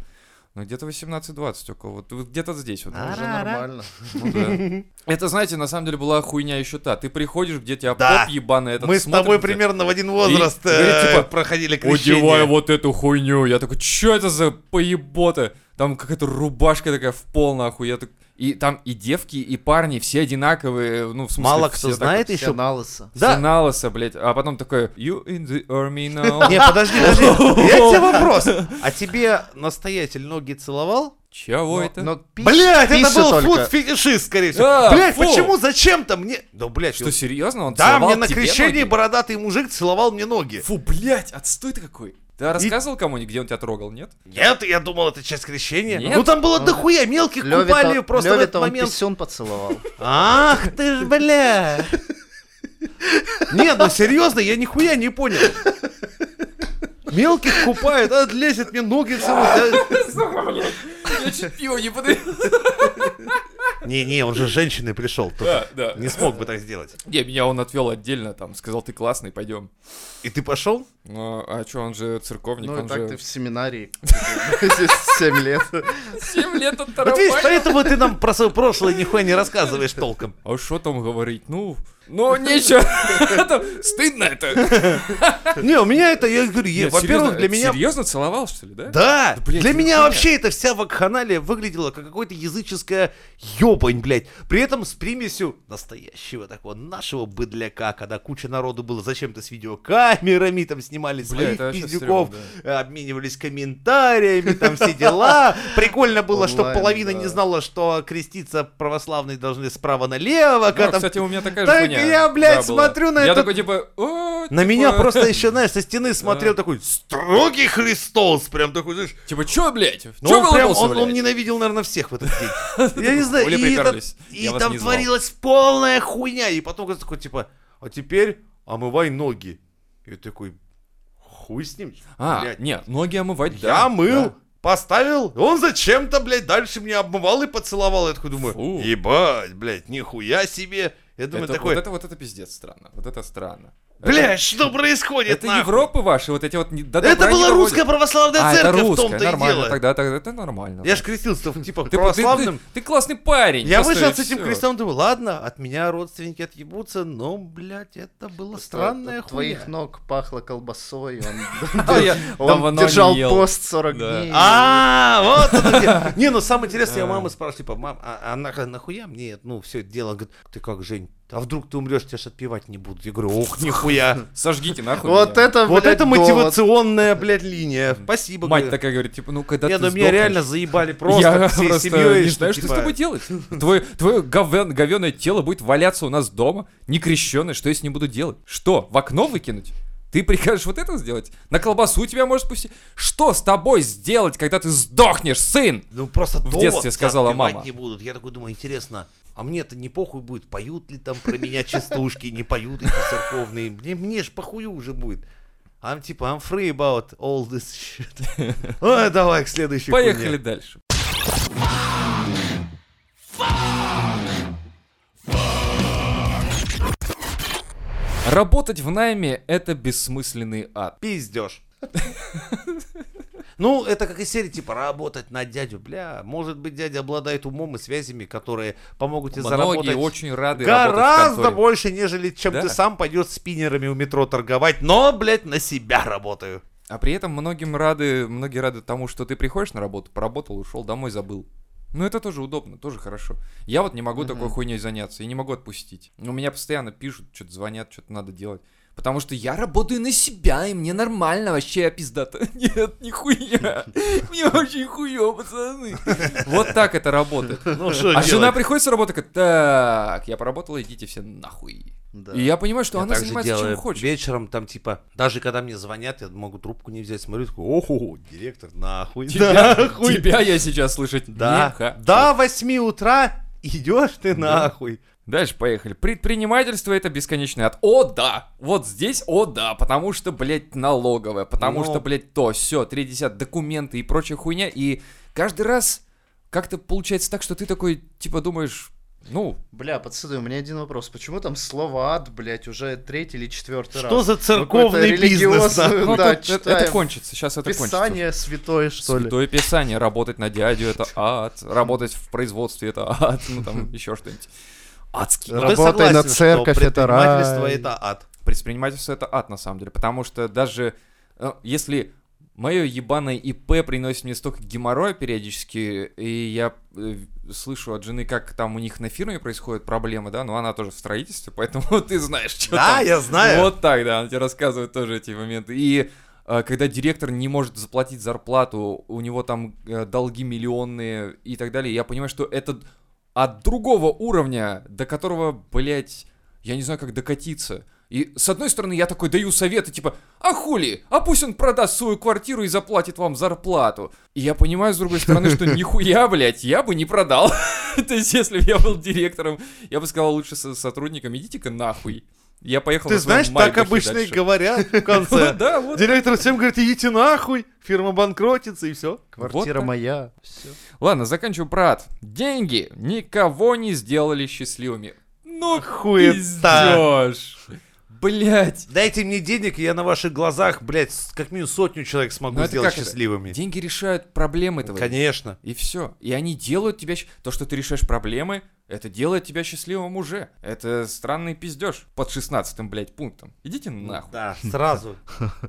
B: Ну, где-то 18-20 около, вот, вот где-то здесь вот.
D: А,
C: Уже
D: Ара-ра.
C: нормально.
B: Ну (laughs) да. Это, знаете, на самом деле была хуйня еще та. Ты приходишь, где тебя
D: Да.
B: поп ебаный этот
D: Мы с тобой
B: смотрит,
D: примерно в один возраст э,
B: говорит, типа,
D: проходили
B: Одевай
D: крещение.
B: вот эту хуйню. Я такой, что это за поебота? Там какая-то рубашка такая в пол, нахуй. Я так... И там и девки, и парни, все одинаковые. Ну, в смысле,
D: Мало
B: все
D: кто
B: так
D: знает
C: Все
D: еще.
C: на лысо.
B: вот. Все
D: Да.
B: на лысо, блядь. А потом такой, you in the army now.
D: Не, подожди, подожди. Я тебе вопрос. А тебе настоятель ноги целовал?
B: Чего
C: Но-
B: это?
C: но пи-
D: Блять, это
C: писа
D: был
C: только.
D: фуд-фетишист, скорее всего.
B: А,
D: Блять,
B: фу.
D: почему, зачем-то мне... Да, блять,
B: Что, серьезно? Он
D: да,
B: целовал
D: мне на
B: тебе
D: крещении
B: ноги?
D: бородатый мужик целовал мне ноги.
B: Фу, блядь, отстой ты какой. Ты рассказывал кому-нибудь, где он тебя трогал, нет?
D: (laughs) Нет, я думал, это часть крещения.
B: Нет.
D: Ну там было
C: Ну,
D: дохуя, мелких
C: Лёве-то-
D: купали просто в
C: Лёве-то
D: этот
C: он
D: момент.
B: (laughs)
C: писюн поцеловал.
D: Ах ты ж, бля. Нет, ну серьезно, я нихуя не понял. Мелких купают, а лезет мне ноги целует.
B: Сука, блядь. Я чуть пиво не подаю.
D: Не-не, он же с женщиной пришел. тут
B: (laughs) Да, да.
D: Не смог бы так сделать.
B: Не, меня он отвел отдельно, там, сказал, ты классный, пойдем.
D: И ты пошел?
B: Ну, а что, он же церковник,
C: Ну и
B: он
C: так
B: же...
C: ты в семинарии
B: (laughs)
C: 7 лет.
B: 7 лет
D: (laughs) Вот видишь, поэтому ты нам про свое прошлое нихуя не рассказываешь толком.
B: А что там говорить? Ну, (laughs) ну нечего. Это Стыдно это.
D: Не, у меня это, я говорю, е-
B: Нет,
D: во-первых,
B: серьезно,
D: для меня...
B: Серьезно целовал, что ли, да?
D: Да,
B: Да, блядь,
D: для
B: ну
D: меня
B: нахуя?
D: вообще эта вся вакханалия выглядела как какое-то языческое ёбань, блядь. При этом с примесью настоящего такого нашего быдляка, когда куча народу было зачем-то с видеокамерами, там снимали своих
B: это вообще
D: пиздюков,
B: стрёмно,
D: э, обменивались комментариями, там все дела. Прикольно было, что
C: Онлайн,
D: половина
C: да.
D: не знала, что креститься православные должны справа налево. когда
B: Ну,
D: там-
B: кстати, у меня такая же
D: Так
B: хуйня.
D: я, блядь,
B: да, была.
D: смотрю на
B: Я
D: это-
B: такой, типа, «О,
D: На
B: типа,
D: меня
B: (laughs)
D: просто еще, знаешь, со стены смотрел такой строгий Христос, прям такой, знаешь,
B: Типа, чё, блядь?
D: Ну,
B: Чё
D: он, прям,
B: вылупился,
D: он, он
B: блядь?»
D: ненавидел, наверное, всех в этот
B: (laughs)
D: день. Я не знаю,
B: Были
D: и там,
B: приперлись.
D: и
B: Я вас
D: там
B: не звал.
D: творилась полная хуйня. И потом он такой, типа, а теперь омывай ноги. И я такой, хуй с ним.
B: А,
D: блядь.
B: нет, ноги омывать, да.
D: Я мыл,
B: да.
D: поставил, он зачем-то, блядь, дальше меня обмывал и поцеловал. Я такой
B: Фу.
D: думаю, ебать, блядь, нихуя себе. Я думаю,
B: Это-
D: такой,
B: Вот это вот это пиздец странно. Вот это странно.
D: блядь, что происходит,
B: Это
D: нахуй?»
B: Европы ваши, вот эти вот... не- до
D: Это
B: добра не
D: была
B: доводят.
D: русская православная
B: А, это
D: церковь, в
B: русская,
D: том-то и
B: нормально.
D: дело.
B: Тогда, тогда это нормально.
D: Я же крестился, типа,
B: Ты- ты-
D: православным.
B: Ты, ты классный парень.
D: Я
B: просто
D: вышел
B: и
D: с этим
B: всё.
D: крестом, думаю, ладно, от меня родственники отъебутся, но, блядь, это было странное
C: От Твоих
D: Ну, хуйня.
C: ног пахло колбасой, он-
B: (laughs) Да, А, я давно
C: (laughs) он
B: не
C: держал
B: ел.
C: пост 40
B: Да.
C: дней.
D: А, вот это где. Не, ну самое интересное, я мамы
B: А.
D: спрашиваю, типа, мам, а а нах- нахуя мне, это, ну, все это дело? Говорит, ты как, Жень, а вдруг ты умрешь, тебя ж отпевать не будут. Я говорю, ох,
B: (laughs)
D: нихуя.
B: Сожгите нахуй
C: Вот
B: меня.
C: это,
D: Вот
C: блядь,
D: это
C: довод.
D: мотивационная, блядь, линия. Спасибо.
B: Мать
D: говорю.
B: такая говорит, типа, ну когда
D: Не,
B: ты
D: ну меня
B: сдохнешь,
D: реально заебали просто
B: (laughs) я
D: всей
B: просто
D: семьей.
B: не знаю, что с
D: типа,
B: тобой делать. Твое, твое говен, говеное тело будет валяться у нас дома, некрещенное. Что я с ним буду делать? Что, в окно выкинуть? Ты прикажешь вот это сделать? На колбасу тебя может пустить? Что с тобой сделать, когда ты сдохнешь, сын?
D: Ну просто
B: В
D: дома
B: детстве сказала
D: отпевать
B: мама.
D: не будут. Я такой думаю, интересно, а мне-то не похуй будет, поют ли там про меня частушки, не поют эти церковные. Мне, мне ж похую уже будет. I'm типа, I'm free about all this shit.
B: (laughs)
D: Ой, давай к следующей хуйне.
B: Поехали дальше. Работать в найме — это бессмысленный ад.
D: Пиздешь. Ну, это как из серии, типа, работать на дядю, бля, может быть, дядя обладает умом и связями, которые помогут тебе
B: Многие
D: заработать
B: очень рады работать в
D: гораздо
B: конторе.
D: больше, нежели чем
B: Да.
D: ты сам пойдешь спиннерами у метро торговать, но, блядь, на себя работаю.
B: А при этом многим рады, многие рады тому, что ты приходишь на работу, поработал, ушел, домой забыл. Ну, это тоже удобно, тоже хорошо. Я вот не могу такой хуйней заняться, и не могу отпустить. У меня постоянно пишут, что-то звонят, что-то надо делать. Потому что я работаю на себя, и мне нормально вообще пиздато. (laughs)
D: (laughs)
B: Нет, нихуя. Мне очень хуё, пацаны. Вот так это работает.
D: Ну,
B: А жена приходит с работы, говорит, так, я поработала, идите все нахуй.
C: Да.
B: И я понимаю, что
D: Я
B: она
D: так же
B: занимается чем
D: делаю.
B: хочет.
D: Вечером там, типа, даже когда мне звонят, я могу трубку не взять, смотрю, такой, оху, директор, нахуй,
B: Тебя,
D: (laughs)
B: (laughs)
D: нахуй.
B: тебя я сейчас слышать не
D: Да,
B: хочу.
D: до 8 утра идешь ты нахуй.
B: Дальше поехали. Предпринимательство это бесконечный ад. О, да! Вот здесь, о, да! Потому что, блядь, налоговая, потому
D: Ну.
B: что, блядь, то, все, 30 документы и прочая хуйня. И каждый раз как-то получается так, что ты такой, типа, думаешь, ну,
C: Бля, пацаны, у меня один вопрос. Почему там слово ад, блядь, уже третий или четвертый раз?
D: Что за
C: Какой-то
D: церковный бизнес?
C: религиозный,
D: нахуй?
B: ну,
C: да,
B: тут это,
C: читаем.
B: кончится, сейчас это кончится.
C: Писание святое, что ли?
B: Святое писание, работать на дядю
C: (laughs)
B: это ад, работать в производстве это ад, ну там (laughs) еще что-нибудь. Адский.
D: Ну, ты
C: Работай на
D: согласен, что
C: церковь, это рай.
D: предпринимательство это ад.
B: предпринимательство это ад на самом деле, потому что даже э, если мое ебаное ИП приносит мне столько геморроя периодически, и я э, слышу от жены, как там у них на фирме происходят проблемы, да, но она тоже в строительстве, (laughs) поэтому ты знаешь, что
D: Да,
B: там.
D: я знаю.
B: Вот так, да, она тебе рассказывает тоже эти моменты. И э, когда директор не может заплатить зарплату, у него там э, долги миллионные и так далее, я понимаю, что это от другого уровня, до которого, блядь, я не знаю, как докатиться. И с одной стороны, я такой даю советы, типа, а хули, а пусть он продаст свою квартиру и заплатит вам зарплату. И я понимаю, с другой стороны,
D: (laughs)
B: что нихуя, блядь, я бы не продал. (laughs) То есть, если бы я был директором, я бы сказал лучше со- сотрудникам, идите-ка нахуй. Я поехал
D: Ты
B: на своем
D: знаешь, так
B: «Майбахе»
D: обычно и
B: дальше.
D: говорят в конце. (laughs)
B: (laughs) Вот, Да, вот.
D: Директор всем говорит, идите нахуй, фирма банкротится и все.
C: Квартира
B: так.
C: моя. Всё.
B: Ладно, заканчиваю брат. Деньги никого не сделали счастливыми. Ну,
D: Хуета.
B: пиздёж. Блять.
D: Дайте мне денег, и я на ваших глазах, блядь, с- как минимум сотню человек
B: Ну
D: смогу
B: это
D: сделать
B: как это?
D: счастливыми.
B: Деньги решают проблемы твои.
D: Конечно.
B: И все. И они делают тебя... щ- То, что ты решаешь проблемы, это делает тебя счастливым уже. Это странный пиздеж под 16-м, блядь, пунктом. Идите нахуй.
D: Да,
B: (laughs)
D: сразу.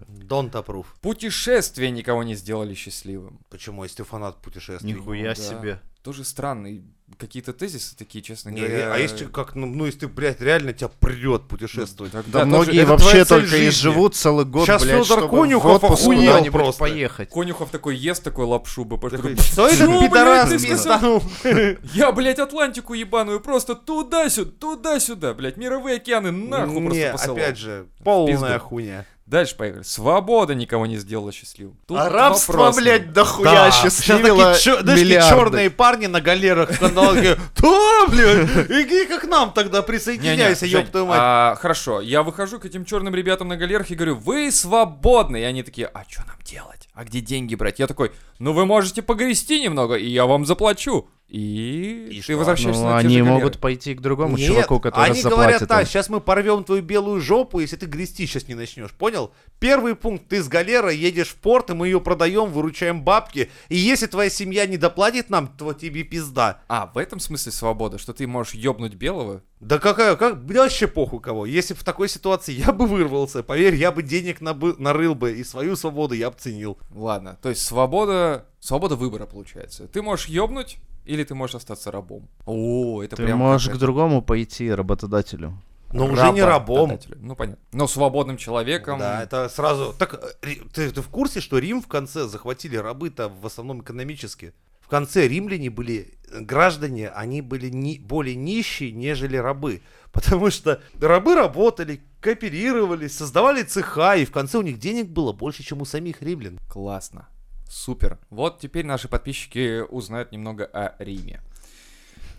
D: Don't approve.
B: Путешествия никого не сделали счастливым.
D: Почему, если ты фанат путешествий?
C: Нихуя
B: да.
C: себе.
B: Тоже странные какие-то тезисы такие, честно
D: Не,
B: говоря.
D: а если как, ну, ну, если ты, блядь, реально тебя прет путешествовать.
C: Да,
B: Тогда тоже...
C: многие
D: это
C: вообще
D: твоя цель
C: только и
D: жизни.
C: живут целый год,
D: Щас
C: блядь,
D: Фёдор
C: чтобы в
D: Конюхов
C: отпуск
D: охуел
C: куда-нибудь
D: просто.
C: поехать.
B: Конюхов такой ест такой лапшу БП. такой,
D: Что
B: «Чё,
D: этот
B: блядь,
D: пидорас
B: ты
D: мне
B: сказал?»
D: станул?
B: Я, блядь, Атлантику ебаную просто туда-сюда, туда-сюда, блядь, мировые океаны нахуй
D: Не,
B: просто посылал.
D: опять же,
B: пизду.
D: полная хуйня.
B: Дальше поехали. Свобода никого не сделала счастливым. Тут
C: А рабство,
B: вопрос,
C: блядь,
D: Да,
C: дохуя счастливило
D: сейчас такие чё- знаешь, такие
C: миллиарды.
D: черные парни на галерах в кандалах, такие, Да, блядь, иди как нам тогда
B: Не-не,
D: присоединяйся,
B: Жень,
D: ёб твою мать.
B: а, хорошо, я выхожу к этим черным ребятам на галерах и говорю, вы свободны. И они такие, а что нам делать? А где деньги брать? Я такой, ну вы можете погрести немного, и я вам заплачу. И,
D: И
B: ты
D: что?
B: возвращаешься
C: Ну,
B: на те же
C: они
B: галеры.
C: могут пойти к другому
D: Нет,
C: чуваку, который
D: они
C: заплатит
D: говорят так,
C: им.
D: сейчас мы порвем твою белую жопу, если ты грести сейчас не начнешь, понял? Первый пункт, ты с галера едешь в порт, и мы ее продаем, выручаем бабки, и если твоя семья не доплатит нам, то тебе пизда.
B: А, в этом смысле свобода, что ты можешь ёбнуть белого?
D: Да какая, как, да вообще похуй кого. Если б в такой ситуации я бы вырвался, поверь, я бы денег набы- нарыл бы, и свою свободу я бы ценил.
B: Ладно, то есть свобода, свобода выбора получается. Ты можешь ёбнуть, или ты можешь остаться рабом. О, это
C: Ты
B: прям
C: можешь к
B: какая-то
C: другому пойти, работодателю.
D: Но уже не рабом.
B: работодателя. Ну понятно. Но свободным человеком.
D: Да, это сразу. Так, э, Ри- ты, ты в курсе, что Рим в конце захватили рабы-то в основном экономически? В конце римляне были, э, граждане, они были ни- более нищие, нежели рабы. (laughs) Потому что рабы работали, кооперировались, создавали цеха, и в конце у них денег было больше, чем у самих римлян.
B: Классно. Супер. Вот теперь наши подписчики узнают немного о Риме.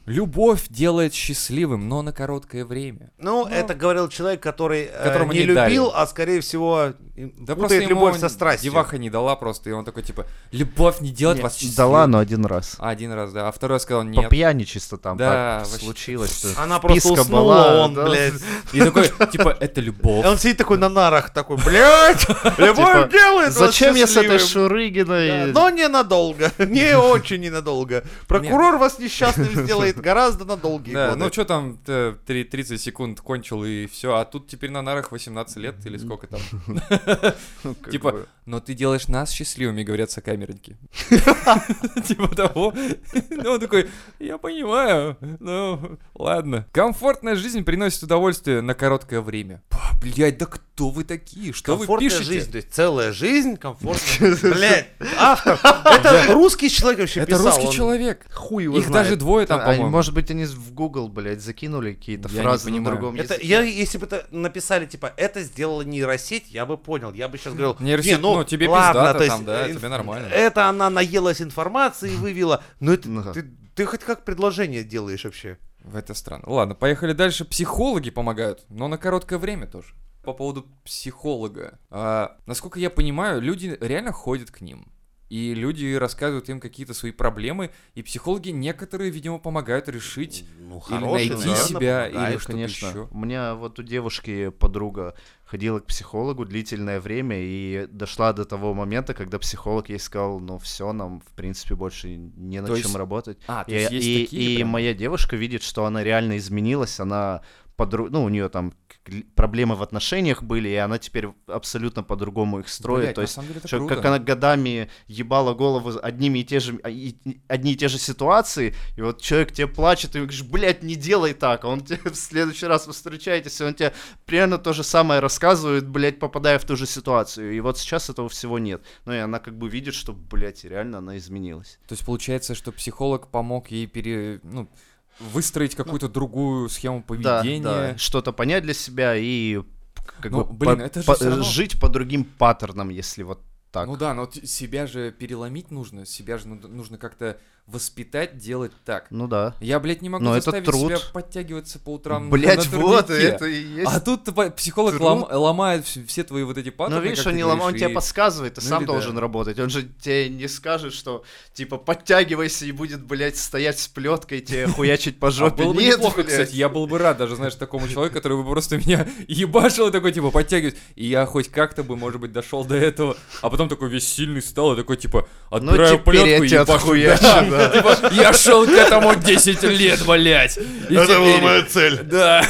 B: Любовь делает счастливым, но на короткое время.
D: Ну, это говорил человек, который э,
B: Которому
D: не,
B: не
D: любил,
B: дали.
D: а скорее всего и
B: Да просто
D: путает
B: ему
D: любовь со страстью.
B: деваха не дала просто, и он такой, типа, любовь не делает вас счастливым.
C: Дала, но один раз.
B: А, Один раз, да. А второй раз сказал
C: По
B: нет.
C: пьяни чисто там
B: Да,
C: так
B: вообще. А,
C: случилось. что-
D: Она просто
C: Писка
D: уснула,
C: была,
D: он,
C: да.
D: блядь. (laughs)
B: И такой, типа,
D: И
B: это
D: он
B: любовь.
D: сидит такой на нарах, такой, (laughs) блядь, любовь
C: Типа,
D: делает вас
C: Зачем я с
D: счастливым».
C: этой
D: Да,
C: Шурыгиной?
D: Но ненадолго, (laughs) не очень ненадолго. Прокурор вас несчастным сделает гораздо на долгие
B: Да,
D: годы.
B: ну что там, э, три- 30 секунд кончил и все, а тут теперь на нарах 18 лет или сколько там.
C: Ну, как
B: типа,
C: бы.
B: Но ты делаешь нас счастливыми, говорят сокамерники. (laughs) Типа того. Ну, он такой, я понимаю, ну, ладно. Комфортная жизнь приносит удовольствие на короткое время. Ба, Блядь, да кто вы такие? Что вы
D: комфортная
B: пишете?
D: жизнь, то есть целая жизнь (laughs) комфортная. Блядь, автор, это русский человек вообще
B: Это
D: писал,
B: русский
D: он-
B: человек.
C: Хуй его
B: Их даже
C: знает.
B: двое там,
C: А, они,
B: по-моему.
C: может быть, они в Google, блядь, закинули какие-то
B: Я не
C: фразы на
B: понимаю.
C: другом
D: Это,
C: языке.
D: я, если бы это написали, типа, это сделала нейросеть, я бы понял. Я бы сейчас говорил,
B: Нейросеть,
D: «Не, ну,
B: ну, тебе
D: ладно,
B: пиздато
D: то есть,
B: там, да,
D: э,
B: тебе нормально».
D: Это она наелась информации и вывела. Но это,
C: Ну да.
D: ты, ты хоть как предложение делаешь вообще?
B: Это странно. Ладно, поехали дальше. Психологи помогают, но на короткое время тоже. По поводу психолога. А, насколько я понимаю, люди реально ходят к ним. И люди рассказывают им какие-то свои проблемы, и психологи некоторые, видимо, помогают решить
D: Ну,
B: или
D: хороший,
B: найти
D: наверное,
B: себя, или
D: помогает.
B: что-то
C: А конечно.
B: еще.
C: У меня вот у девушки подруга ходила к психологу длительное время и дошла до того момента, когда психолог ей сказал, ну все, нам в принципе больше не на
B: То
C: чем
B: есть-
C: работать.
B: А, то
C: И,
B: есть есть
C: и-
B: такие
C: и
B: прям?
C: моя девушка видит, что она реально изменилась, она подру... ну у нее там к- л- проблемы в отношениях были, и она теперь абсолютно по-другому их строит.
B: Блядь,
C: То
B: на
C: есть
B: самом деле это
C: Чё,
B: круто.
C: как она годами ебала голову одними и те же а, и- и- одни и те же ситуации, и вот человек тебе плачет, и говоришь, блядь, не делай так, а он тебе (laughs) в следующий раз вы встречаетесь, и он тебе примерно то же самое рассказывает, блядь, попадая в ту же ситуацию, и вот сейчас этого всего нет. Ну и она как бы видит, что, блядь, реально она изменилась.
B: То есть получается, что психолог помог ей пере... ну, выстроить какую-то другую схему
C: Ну, Да,
B: поведения.
C: да, что-то понять для себя и как
B: Ну,
C: бы
B: блин,
C: по-
B: это же
C: по-
B: всё равно-
C: жить по другим паттернам, если вот так.
B: Ну да, но т- себя же переломить нужно, себя же ну- нужно как-то воспитать, делать так.
C: Ну да.
B: Я, блядь, не могу
C: Но это
B: заставить себя
C: труд.
B: подтягиваться по утрам.
C: Блять,
B: на
C: вот,
B: турнике.
C: это и есть Ну,
B: А тут типа, психолог
C: труд.
B: лом- ломает вс- все твои вот эти паттерны.
C: Ну, видишь,
B: как
C: он,
B: ты
C: не лом-
B: говоришь,
C: он тебе
B: и-
C: подсказывает, ты
B: Ну или
C: сам
B: да.
C: должен работать. Он же тебе не скажет, что типа подтягивайся и будет, блядь, стоять с
B: (laughs)
C: плеткой, тебе хуячить по
B: А
C: жопе.
B: было бы
C: Нет,
B: неплохо,
C: блядь.
B: кстати, я был бы рад даже, знаешь, такому человеку, который бы просто (laughs) меня ебашил и такой, типа, подтягивать. И я хоть как-то бы, может быть, дошел до этого, а потом такой весь сильный стал и такой, типа,
C: Ну,
B: отправил
C: теперь я
B: пленку и
C: тебя
B: ебашу.
C: отхуячу,
B: (laughs)
C: да.
B: Типа, я шел к этому 10 лет, блядь. И
A: Это была
B: теперь-
A: моя цель.
B: Да.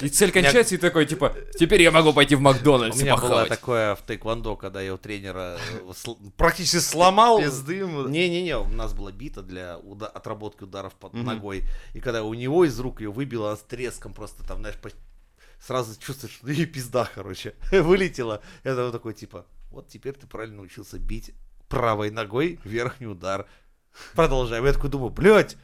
B: И цель кончается, и такой, типа, теперь я могу пойти в
D: У
B: Макдональдс и
D: меня было
B: похавать.
D: такое в тейквондо, когда я у тренера э, сл- практически сломал.
C: Пизды ему.
D: Не-не-не, у нас была бита для уда- отработки ударов под
C: Мгм.
D: ногой. И когда у него из рук ее выбило она с треском, просто там, знаешь, по- сразу чувствуешь, что и пизда, короче, (laughs) вылетела. Это вот такой типа, вот теперь ты правильно научился бить правой ногой верхний удар. Продолжаем. Я такой думаю, блядь,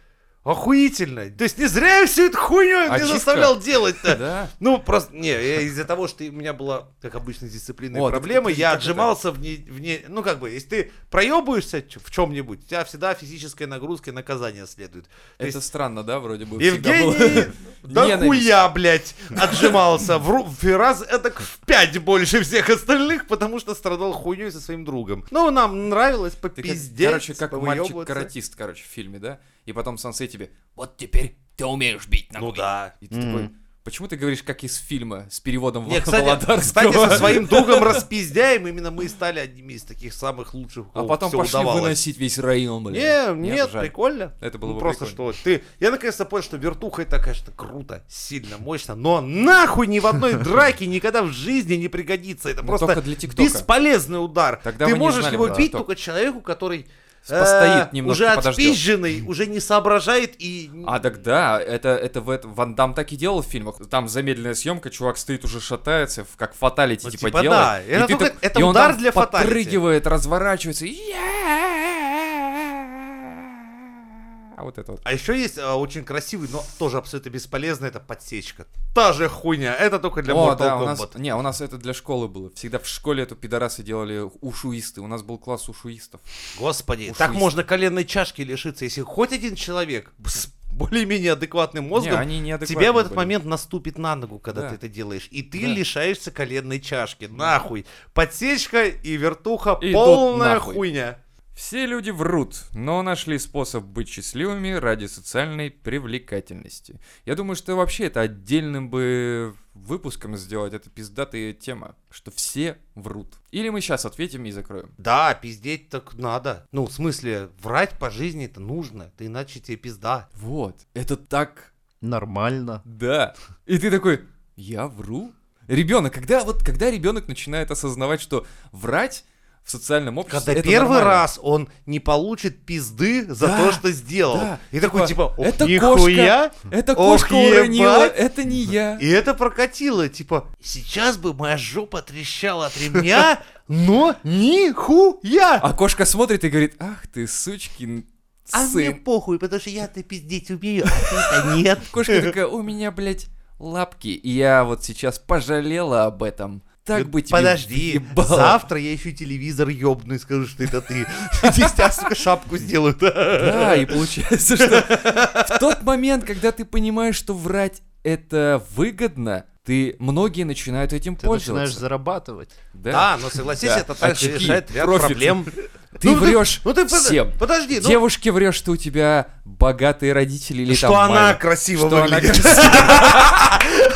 D: охуительно. То есть не зря я всю эту хуйню не
C: А
B: Очистка.
D: заставлял делать-то.
B: Да.
D: Ну, просто, не, я из-за того, что у меня была, как обычно, дисциплинные
B: О, так
D: проблемы,
B: подожди,
D: я
B: как это?
D: отжимался вне, вне, ну, как бы, если ты проебываешься чё- в чем-нибудь, у тебя всегда физическая нагрузка и наказание следует. То
B: Это
D: есть,
B: странно, да, вроде бы. всегда
D: Евгений,
B: было
D: да
B: (laughs) ненависть.
D: хуя, блядь, отжимался в, ру- в раз это в пять больше всех остальных, потому что страдал хуйней со своим другом. Ну, нам нравилось
B: Ты как-
D: попиздеть,
B: короче, как
D: повыебываться.
B: мальчик-каратист, короче, в фильме, да? И потом Сансей тебе, вот теперь ты умеешь бить ногой.
D: Ну да.
B: И ты такой, почему ты говоришь, как из фильма, с переводом
D: Не,
B: Влада
D: кстати,
B: Володарского?»
D: кстати, со своим другом распиздяем, именно мы и стали одними из таких самых лучших. у
B: (laughs) А
D: кого
B: потом
D: всё
B: пошли
D: удавалось.
B: выносить весь район, блин.
D: Не, нет,
B: жаль.
D: прикольно.
B: Это было
D: Ну,
B: бы
D: просто
B: прикольно.
D: что ты. Я наконец-то понял, что вертуха это, конечно, круто, сильно, мощно, но нахуй ни в
B: (laughs)
D: одной драке никогда в жизни не пригодится. Это
B: Ну,
D: просто
B: только для ТикТока.
D: бесполезный удар.
B: Тогда
D: Ты
B: мы не
D: можешь
B: знали
D: его
B: про
D: бить
B: ТикТок.
D: только человеку, который э,
B: Постоит немножко,
D: уже
B: подождёт.
D: отпизженный, уже не соображает и...
B: А, так да, это, это в этом- Ван Дам так и делал в фильмах. Там замедленная съемка, чувак стоит, уже шатается, в- как фаталити,
D: Ну,
B: типа,
D: типа
B: делает.
D: да,
B: И
D: это
B: ты
D: только-
B: так-
D: это
B: и он
D: удар
B: там
D: для фаталити.
B: подпрыгивает, разворачивается. и «Я-а-а». Вот это вот.
D: А еще есть э, очень красивый, но тоже абсолютно бесполезный, это подсечка. Та же хуйня, это только для
B: О,
D: Mortal
B: да, у
D: Kombat.
B: нас, не, у нас это для школы было. Всегда в школе эту пидорасы делали ушуисты. У нас был класс ушуистов.
D: Господи,
B: Уж
D: так
B: есть.
D: можно коленной чашки лишиться, если хоть один человек с- более-менее адекватным мозгом,
B: Не, они неадекватные
D: Тебя в этот
B: были.
D: момент наступит на ногу, когда
B: Да.
D: ты это делаешь. И ты
B: Да.
D: лишаешься коленной чашки. Нахуй. Подсечка и вертуха
B: И
D: полная
B: тут нахуй.
D: хуйня.
B: Все люди врут, но нашли способ быть счастливыми ради социальной привлекательности. Я думаю, что вообще это отдельным бы выпуском сделать, это пиздатая тема, что все врут. Или мы сейчас ответим и закроем.
D: Да, пиздеть так надо. Ну, в смысле, врать по жизни это нужно. Ты иначе тебе пизда.
B: Вот, это так
C: Нормально.
B: Да. И ты такой, я вру? Ребенок, когда вот когда ребенок начинает осознавать, что врать в социальном обществе,
D: Когда
B: это
D: первый
B: нормально.
D: раз он не получит пизды за
B: Да,
D: то, что сделал.
B: да.
D: И такой типа, «Ох,
B: это кошка,
D: нихуя!»
B: это
D: Ох,
B: кошка уронила,
D: ебать.
B: это не я.
D: И это прокатило, типа, сейчас бы моя жопа трещала от
B: (laughs)
D: ремня, но нихуя!
B: А кошка смотрит и говорит, ах ты сучкин
D: А мне
B: сын.
D: похуй, потому что я-то пиздеть умею, а ты-то нет. (laughs)
B: Кошка такая, у меня, блядь, лапки, и я вот сейчас пожалела об этом. Так бы тебе
D: Подожди,
B: въебало».
D: завтра я еще телевизор ёбну и скажу, что это ты. (laughs) Здесь тебя, сука, шапку сделают.
B: Да, и получается, что в тот момент, когда ты понимаешь, что врать это выгодно, ты многие начинают этим
C: Ты начинаешь
B: пользоваться.
C: зарабатывать.
B: Да.
D: но согласись,
B: Да.
D: также
B: Очки, профит. Ты
D: Ну
B: врешь
D: ну ты под-
B: всем.
D: Подожди, ну
B: Девушке врешь, что у тебя богатые родители или
D: что
B: там
D: она
B: мама.
D: красиво
B: Что она
D: выглядит.
B: красивая.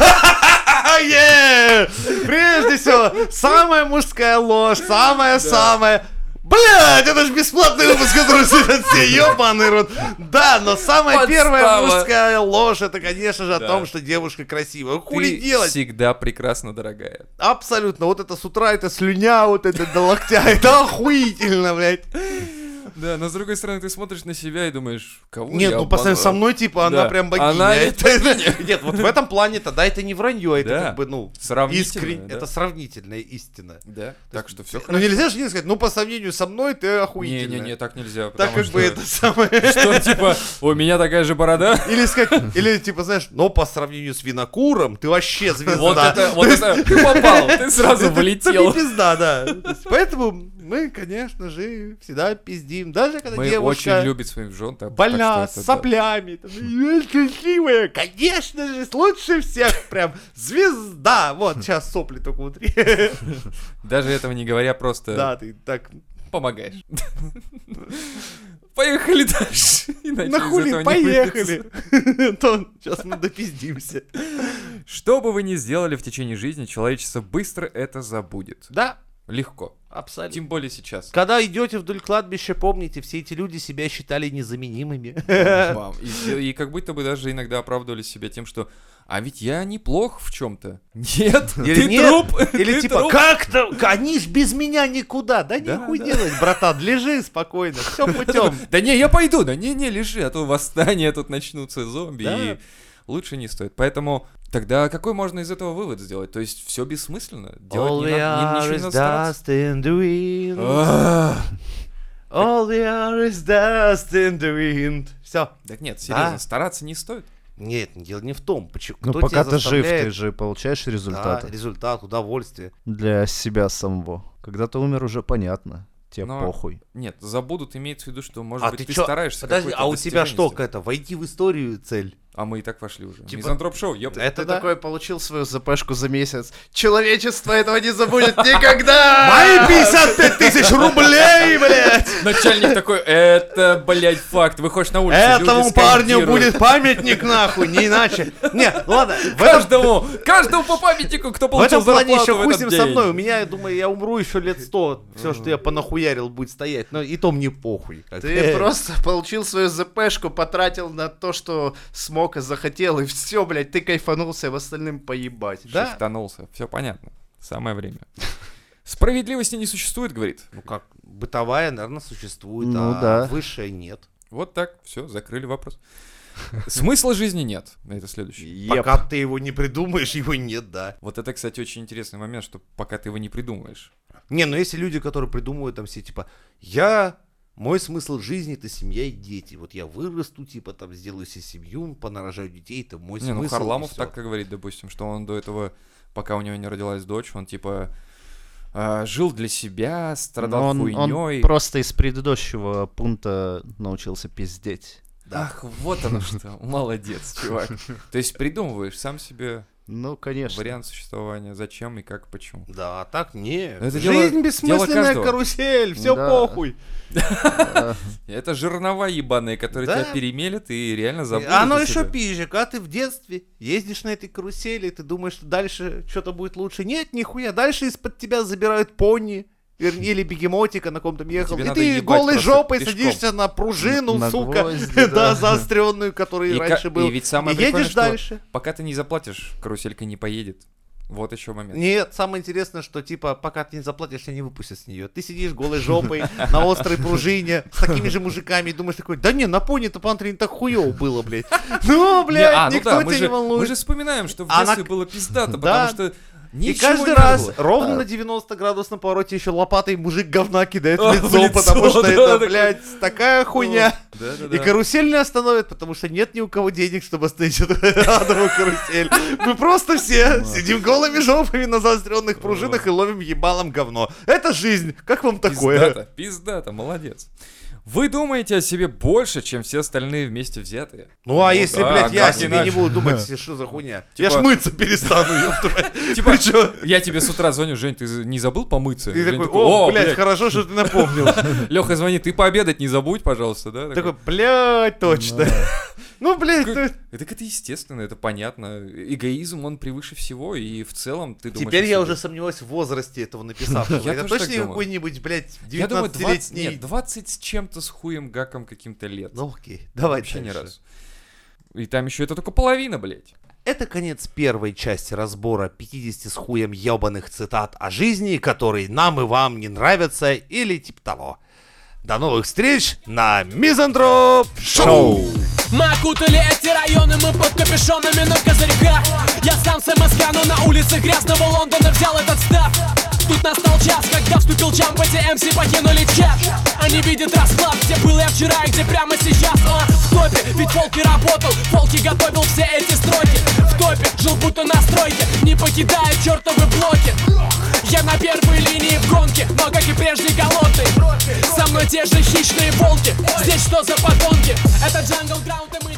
D: А, е! Прежде всего, самая мужская ложь, самая-самая. Блять, это же бесплатный выпуск, который слышат все, ебаный рот. Да, но самая
B: Подстава.
D: первая мужская ложь, это, конечно же, о
B: Да.
D: том, что девушка красивая. (laughs) Хули
B: Ты
D: делать?
B: всегда прекрасно, дорогая.
D: Абсолютно. Вот это с утра, это слюня, вот это до локтя. (laughs) Это охуительно, блядь.
B: Да, но с другой стороны, ты смотришь на себя и думаешь, кого
D: Нет,
B: я
D: ну по сравнению со
B: обманывал?
D: мной, типа, она
B: Да.
D: прям богиня.
B: Она ведь
D: Это- (laughs) Нет, вот в этом плане тогда это не вранье, это
B: Да.
D: как бы, ну,
B: Сравнительно,
D: искренне.
B: да.
D: Это сравнительная истина.
B: Да, так что все
D: Ну нельзя же не сказать, ну по сравнению со мной ты охуительная.
B: Не-не-не, так нельзя.
D: Так
B: потому
D: как бы
B: что-
D: это
B: (laughs)
D: самое.
B: Что, типа, у меня такая же
D: (laughs)
B: борода?
D: Или сказать, или типа, знаешь, но по сравнению с винокуром ты вообще звезда.
B: Вот это,
D: (laughs)
B: вот
D: То есть
B: это,
D: (laughs)
B: ты попал, ты сразу
D: Это
B: влетел.
D: не пизда, да. То есть Поэтому мы, конечно же, всегда пиздим. Даже когда
B: Мы
D: девушка
B: очень любим своих жен. так-
D: больна,
B: так что
D: с
B: это да.
D: соплями, там, «Я красивая, конечно же, лучше всех, прям звезда.
B: (laughs)
D: Вот, сейчас сопли только внутри.
B: Даже этого не говоря, просто
D: Да, ты так,
B: помогаешь. (laughs) Поехали дальше. иначе из этого
D: нахули,
B: не
D: поехали. (laughs) Антон, сейчас мы допиздимся.
B: выйдется. Что бы вы ни сделали в течение жизни, человечество быстро это забудет.
D: Да,
B: Легко.
D: абсолютно.
B: Тем более сейчас.
D: Когда идете вдоль кладбища, помните, все эти люди себя считали незаменимыми.
B: Мам, И, и как будто бы даже иногда оправдывали себя тем, что «А ведь я неплох в чем-то». Нет,
D: (laughs) (laughs) Или
B: ты
D: нет,
B: труп.
D: Или
B: ты
D: типа,
B: труп.
D: как-то, они ж без меня никуда. Да
B: Да,
D: нихуй
B: да.
D: делать, братан, лежи спокойно, все
B: (laughs)
D: путем.
B: Да не, я пойду, да не, не, лежи, а то восстания тут начнутся зомби,
D: Да.
B: и лучше не стоит. Поэтому тогда какой можно из этого вывод сделать? То есть все бессмысленно? Делать не надо, ни- ничего не надо стараться?
D: in the wind.
B: Ах, А.
D: All we are is dust in the wind. Все.
B: Так нет, серьезно,
D: Да.
B: стараться не стоит.
D: Нет, дело не в том, почему.
C: Ну,
D: кто
C: пока
D: тебя
C: ты жив, ты
D: заставляет-
C: же получаешь
D: Да,
C: результаты
D: результат, удовольствие.
C: для себя самого. Когда ты умер, уже понятно. Тебе
B: Но-
C: похуй.
B: Нет, забудут имеется в виду, что, может
D: А
B: быть,
D: ты
B: ты,
D: чё-
B: стараешься
D: Подожди,
B: какое-то
D: а у тебя
B: достижение
D: что,
B: сделать.
D: это, войти в историю цель?
B: А мы и так вошли уже.
D: Типа-
B: Мизантроп-шоу, ёпта.
D: Это
C: ты
D: да.
C: такой получил свою ЗПшку за месяц. Человечество этого не
D: (laughs)
C: забудет
D: (laughs)
C: никогда!
D: Мои 55
B: (laughs)
D: тысяч рублей, блядь!
B: Начальник такой, это, блядь, факт. Выходишь на улицу, люди
D: Этому парню
B: скандируют.
D: будет памятник, нахуй, не иначе. Не, ладно, в этом
B: Каждому, каждому по памятнику, кто
D: В
B: получил
D: этом плане
B: зарплату
D: еще
B: в
D: хуй с
B: этот
D: ним со
B: день.
D: мной. У меня, я думаю, я умру еще лет сто. Все, что я понахуярил, будет стоять. Но и то мне похуй. э,
C: Ты просто получил свою ЗПшку, потратил на то, что смог и захотел, и все, блядь, ты кайфанулся, а в остальном поебать.
D: Да?
B: Шифтанулся. Все понятно. Самое время. Справедливости не существует, говорит.
D: Ну как, бытовая, наверное, существует,
C: Ну
D: а
C: да.
D: высшая нет.
B: Вот так, все, закрыли вопрос. Смысла жизни нет. Это следующий.
D: Пока ты его не придумаешь, его нет, да.
B: Вот это, кстати, очень интересный момент, что пока ты его не придумаешь.
D: Не, ну если люди, которые придумывают там все, типа, я... Мой смысл жизни — это семья и дети. Вот я вырасту, типа, там, сделаю себе семью, понарожаю детей, это мой
B: Не,
D: смысл.
B: ну
D: и
B: Харламов
D: всё.
B: так и говорит, допустим, что он до этого, пока у него не родилась дочь, он типа а, жил для себя, страдал
C: он,
B: хуйней.
C: просто из предыдущего пункта научился пиздеть.
D: Да.
B: Ах, вот оно что.
D: (laughs)
B: Молодец, чувак. То есть придумываешь сам себе
C: Ну, конечно.
B: вариант существования, зачем и как, почему.
D: Да, а так не.
B: Но это дело-
D: Жизнь
B: дело
D: бессмысленная
B: каждого.
D: карусель, все
C: Да.
D: похуй.
C: Да.
B: Это жернова ебаные, которые
D: Да.
B: тебя перемелят и реально забудут.
D: А Оно
B: за
D: еще
B: тебя.
D: пизжик, а ты в детстве ездишь на этой карусели, ты думаешь, что дальше что-то будет лучше. Нет, нихуя, дальше из-под тебя забирают пони вернее, или бегемотика на ком-то ехал.
B: тебе
D: И
B: надо
D: ты
B: ебать
D: голой
B: просто
D: жопой
B: пешком.
D: садишься на пружину,
C: На
D: сука,
C: гвозди,
D: (laughs)
C: да.
D: да, заостренную, которая
B: И ка-
D: раньше
B: и
D: была.
B: ведь самое прикольное,
D: едешь
B: что-
D: дальше.
B: Пока ты не заплатишь, каруселька не поедет. Вот еще момент.
D: Нет, самое интересное, что типа, пока ты не заплатишь, тебя не выпустят с нее. Ты сидишь голой жопой на острой пружине с такими же мужиками и думаешь такой, да не, на пони-то пантере не так хуево было, блядь. (laughs) Ну,
B: Не, а,
D: блядь,
B: ну да,
D: никто
B: мы
D: тебя
B: же,
D: не волнует.
B: Мы же вспоминаем, что в
D: Она
B: детстве
D: к- (laughs)
B: было пиздато,
D: Да.
B: потому что
D: И
B: ничего
D: каждый
B: не
D: раз
B: было. А.
D: ровно на 90 градусном повороте еще лопатой мужик говна кидает
B: А,
D: в
B: в
D: лицо,
B: лицо,
D: потому что
B: да,
D: это,
B: такой.
D: блядь, такая
B: (laughs)
D: хуйня.
B: Да, да, да.
D: И карусель не остановит, потому что нет ни у кого денег, чтобы остановить эту адовую карусель. Мы просто все сидим голыми жопами на заостренных пружинах и ловим ебалом говно. Это жизнь. Как вам такое?
B: Пиздато, пиздато, молодец. Вы думаете о себе больше, чем все остальные вместе взятые.
D: Ну а если,
B: да,
D: блядь, я о
B: как
D: себе не
B: иначе.
D: буду
B: (laughs)
D: думать, что за хуйня? Я
B: Типа-
D: ж мыться перестану, ёб твою.
B: (laughs) Типа,
D: Ты чё?
B: я тебе с утра звоню, Жень, ты з- не забыл помыться?
D: Ты такой, о, блядь, хорошо, что ты напомнил.
B: Леха звонит, ты пообедать не забудь, пожалуйста, да?
D: Такой, блядь, точно.
B: (laughs)
D: Ну, блядь,
B: Как-
D: ты-
B: «Э, Так это естественно, это понятно. Эгоизм, он превыше всего, и в целом ты думаешь...
D: Теперь
B: о
D: я
B: себе.
D: уже сомневаюсь в возрасте этого написавшего.
B: (laughs) Я
D: Это
B: тоже так
D: точно не
B: думаю.
D: какой-нибудь, блядь,
B: Я думаю, 20,
D: 19-летний...
B: нет, 20 с чем-то с хуем гаком каким-то лет.
D: Ну окей, давай
B: Вообще ни
D: дальше.
B: разу. И там еще это только половина, блядь.
D: Это конец первой части разбора 50 с хуем ебаных цитат о жизни, которые нам и вам не нравятся или типа того. До новых встреч на Мизантроп Шоу!
E: Мы окутали эти районы, мы под капюшонами на козырьках Я сам с МСК, но на улицах грязного Лондона взял этот став Тут настал час, когда вступил джамп, эти МС покинули чат Они видят расклад, где был я вчера и где прямо сейчас А, в топе, ведь Волки работал, Волки готовил все эти строки В топе, жил будто на стройке, не покидая чертовы блоки я на первой линии в гонке, но как и прежде голодный Со мной те же хищные волки, здесь что за подонки? Это джангл граунд и мы типа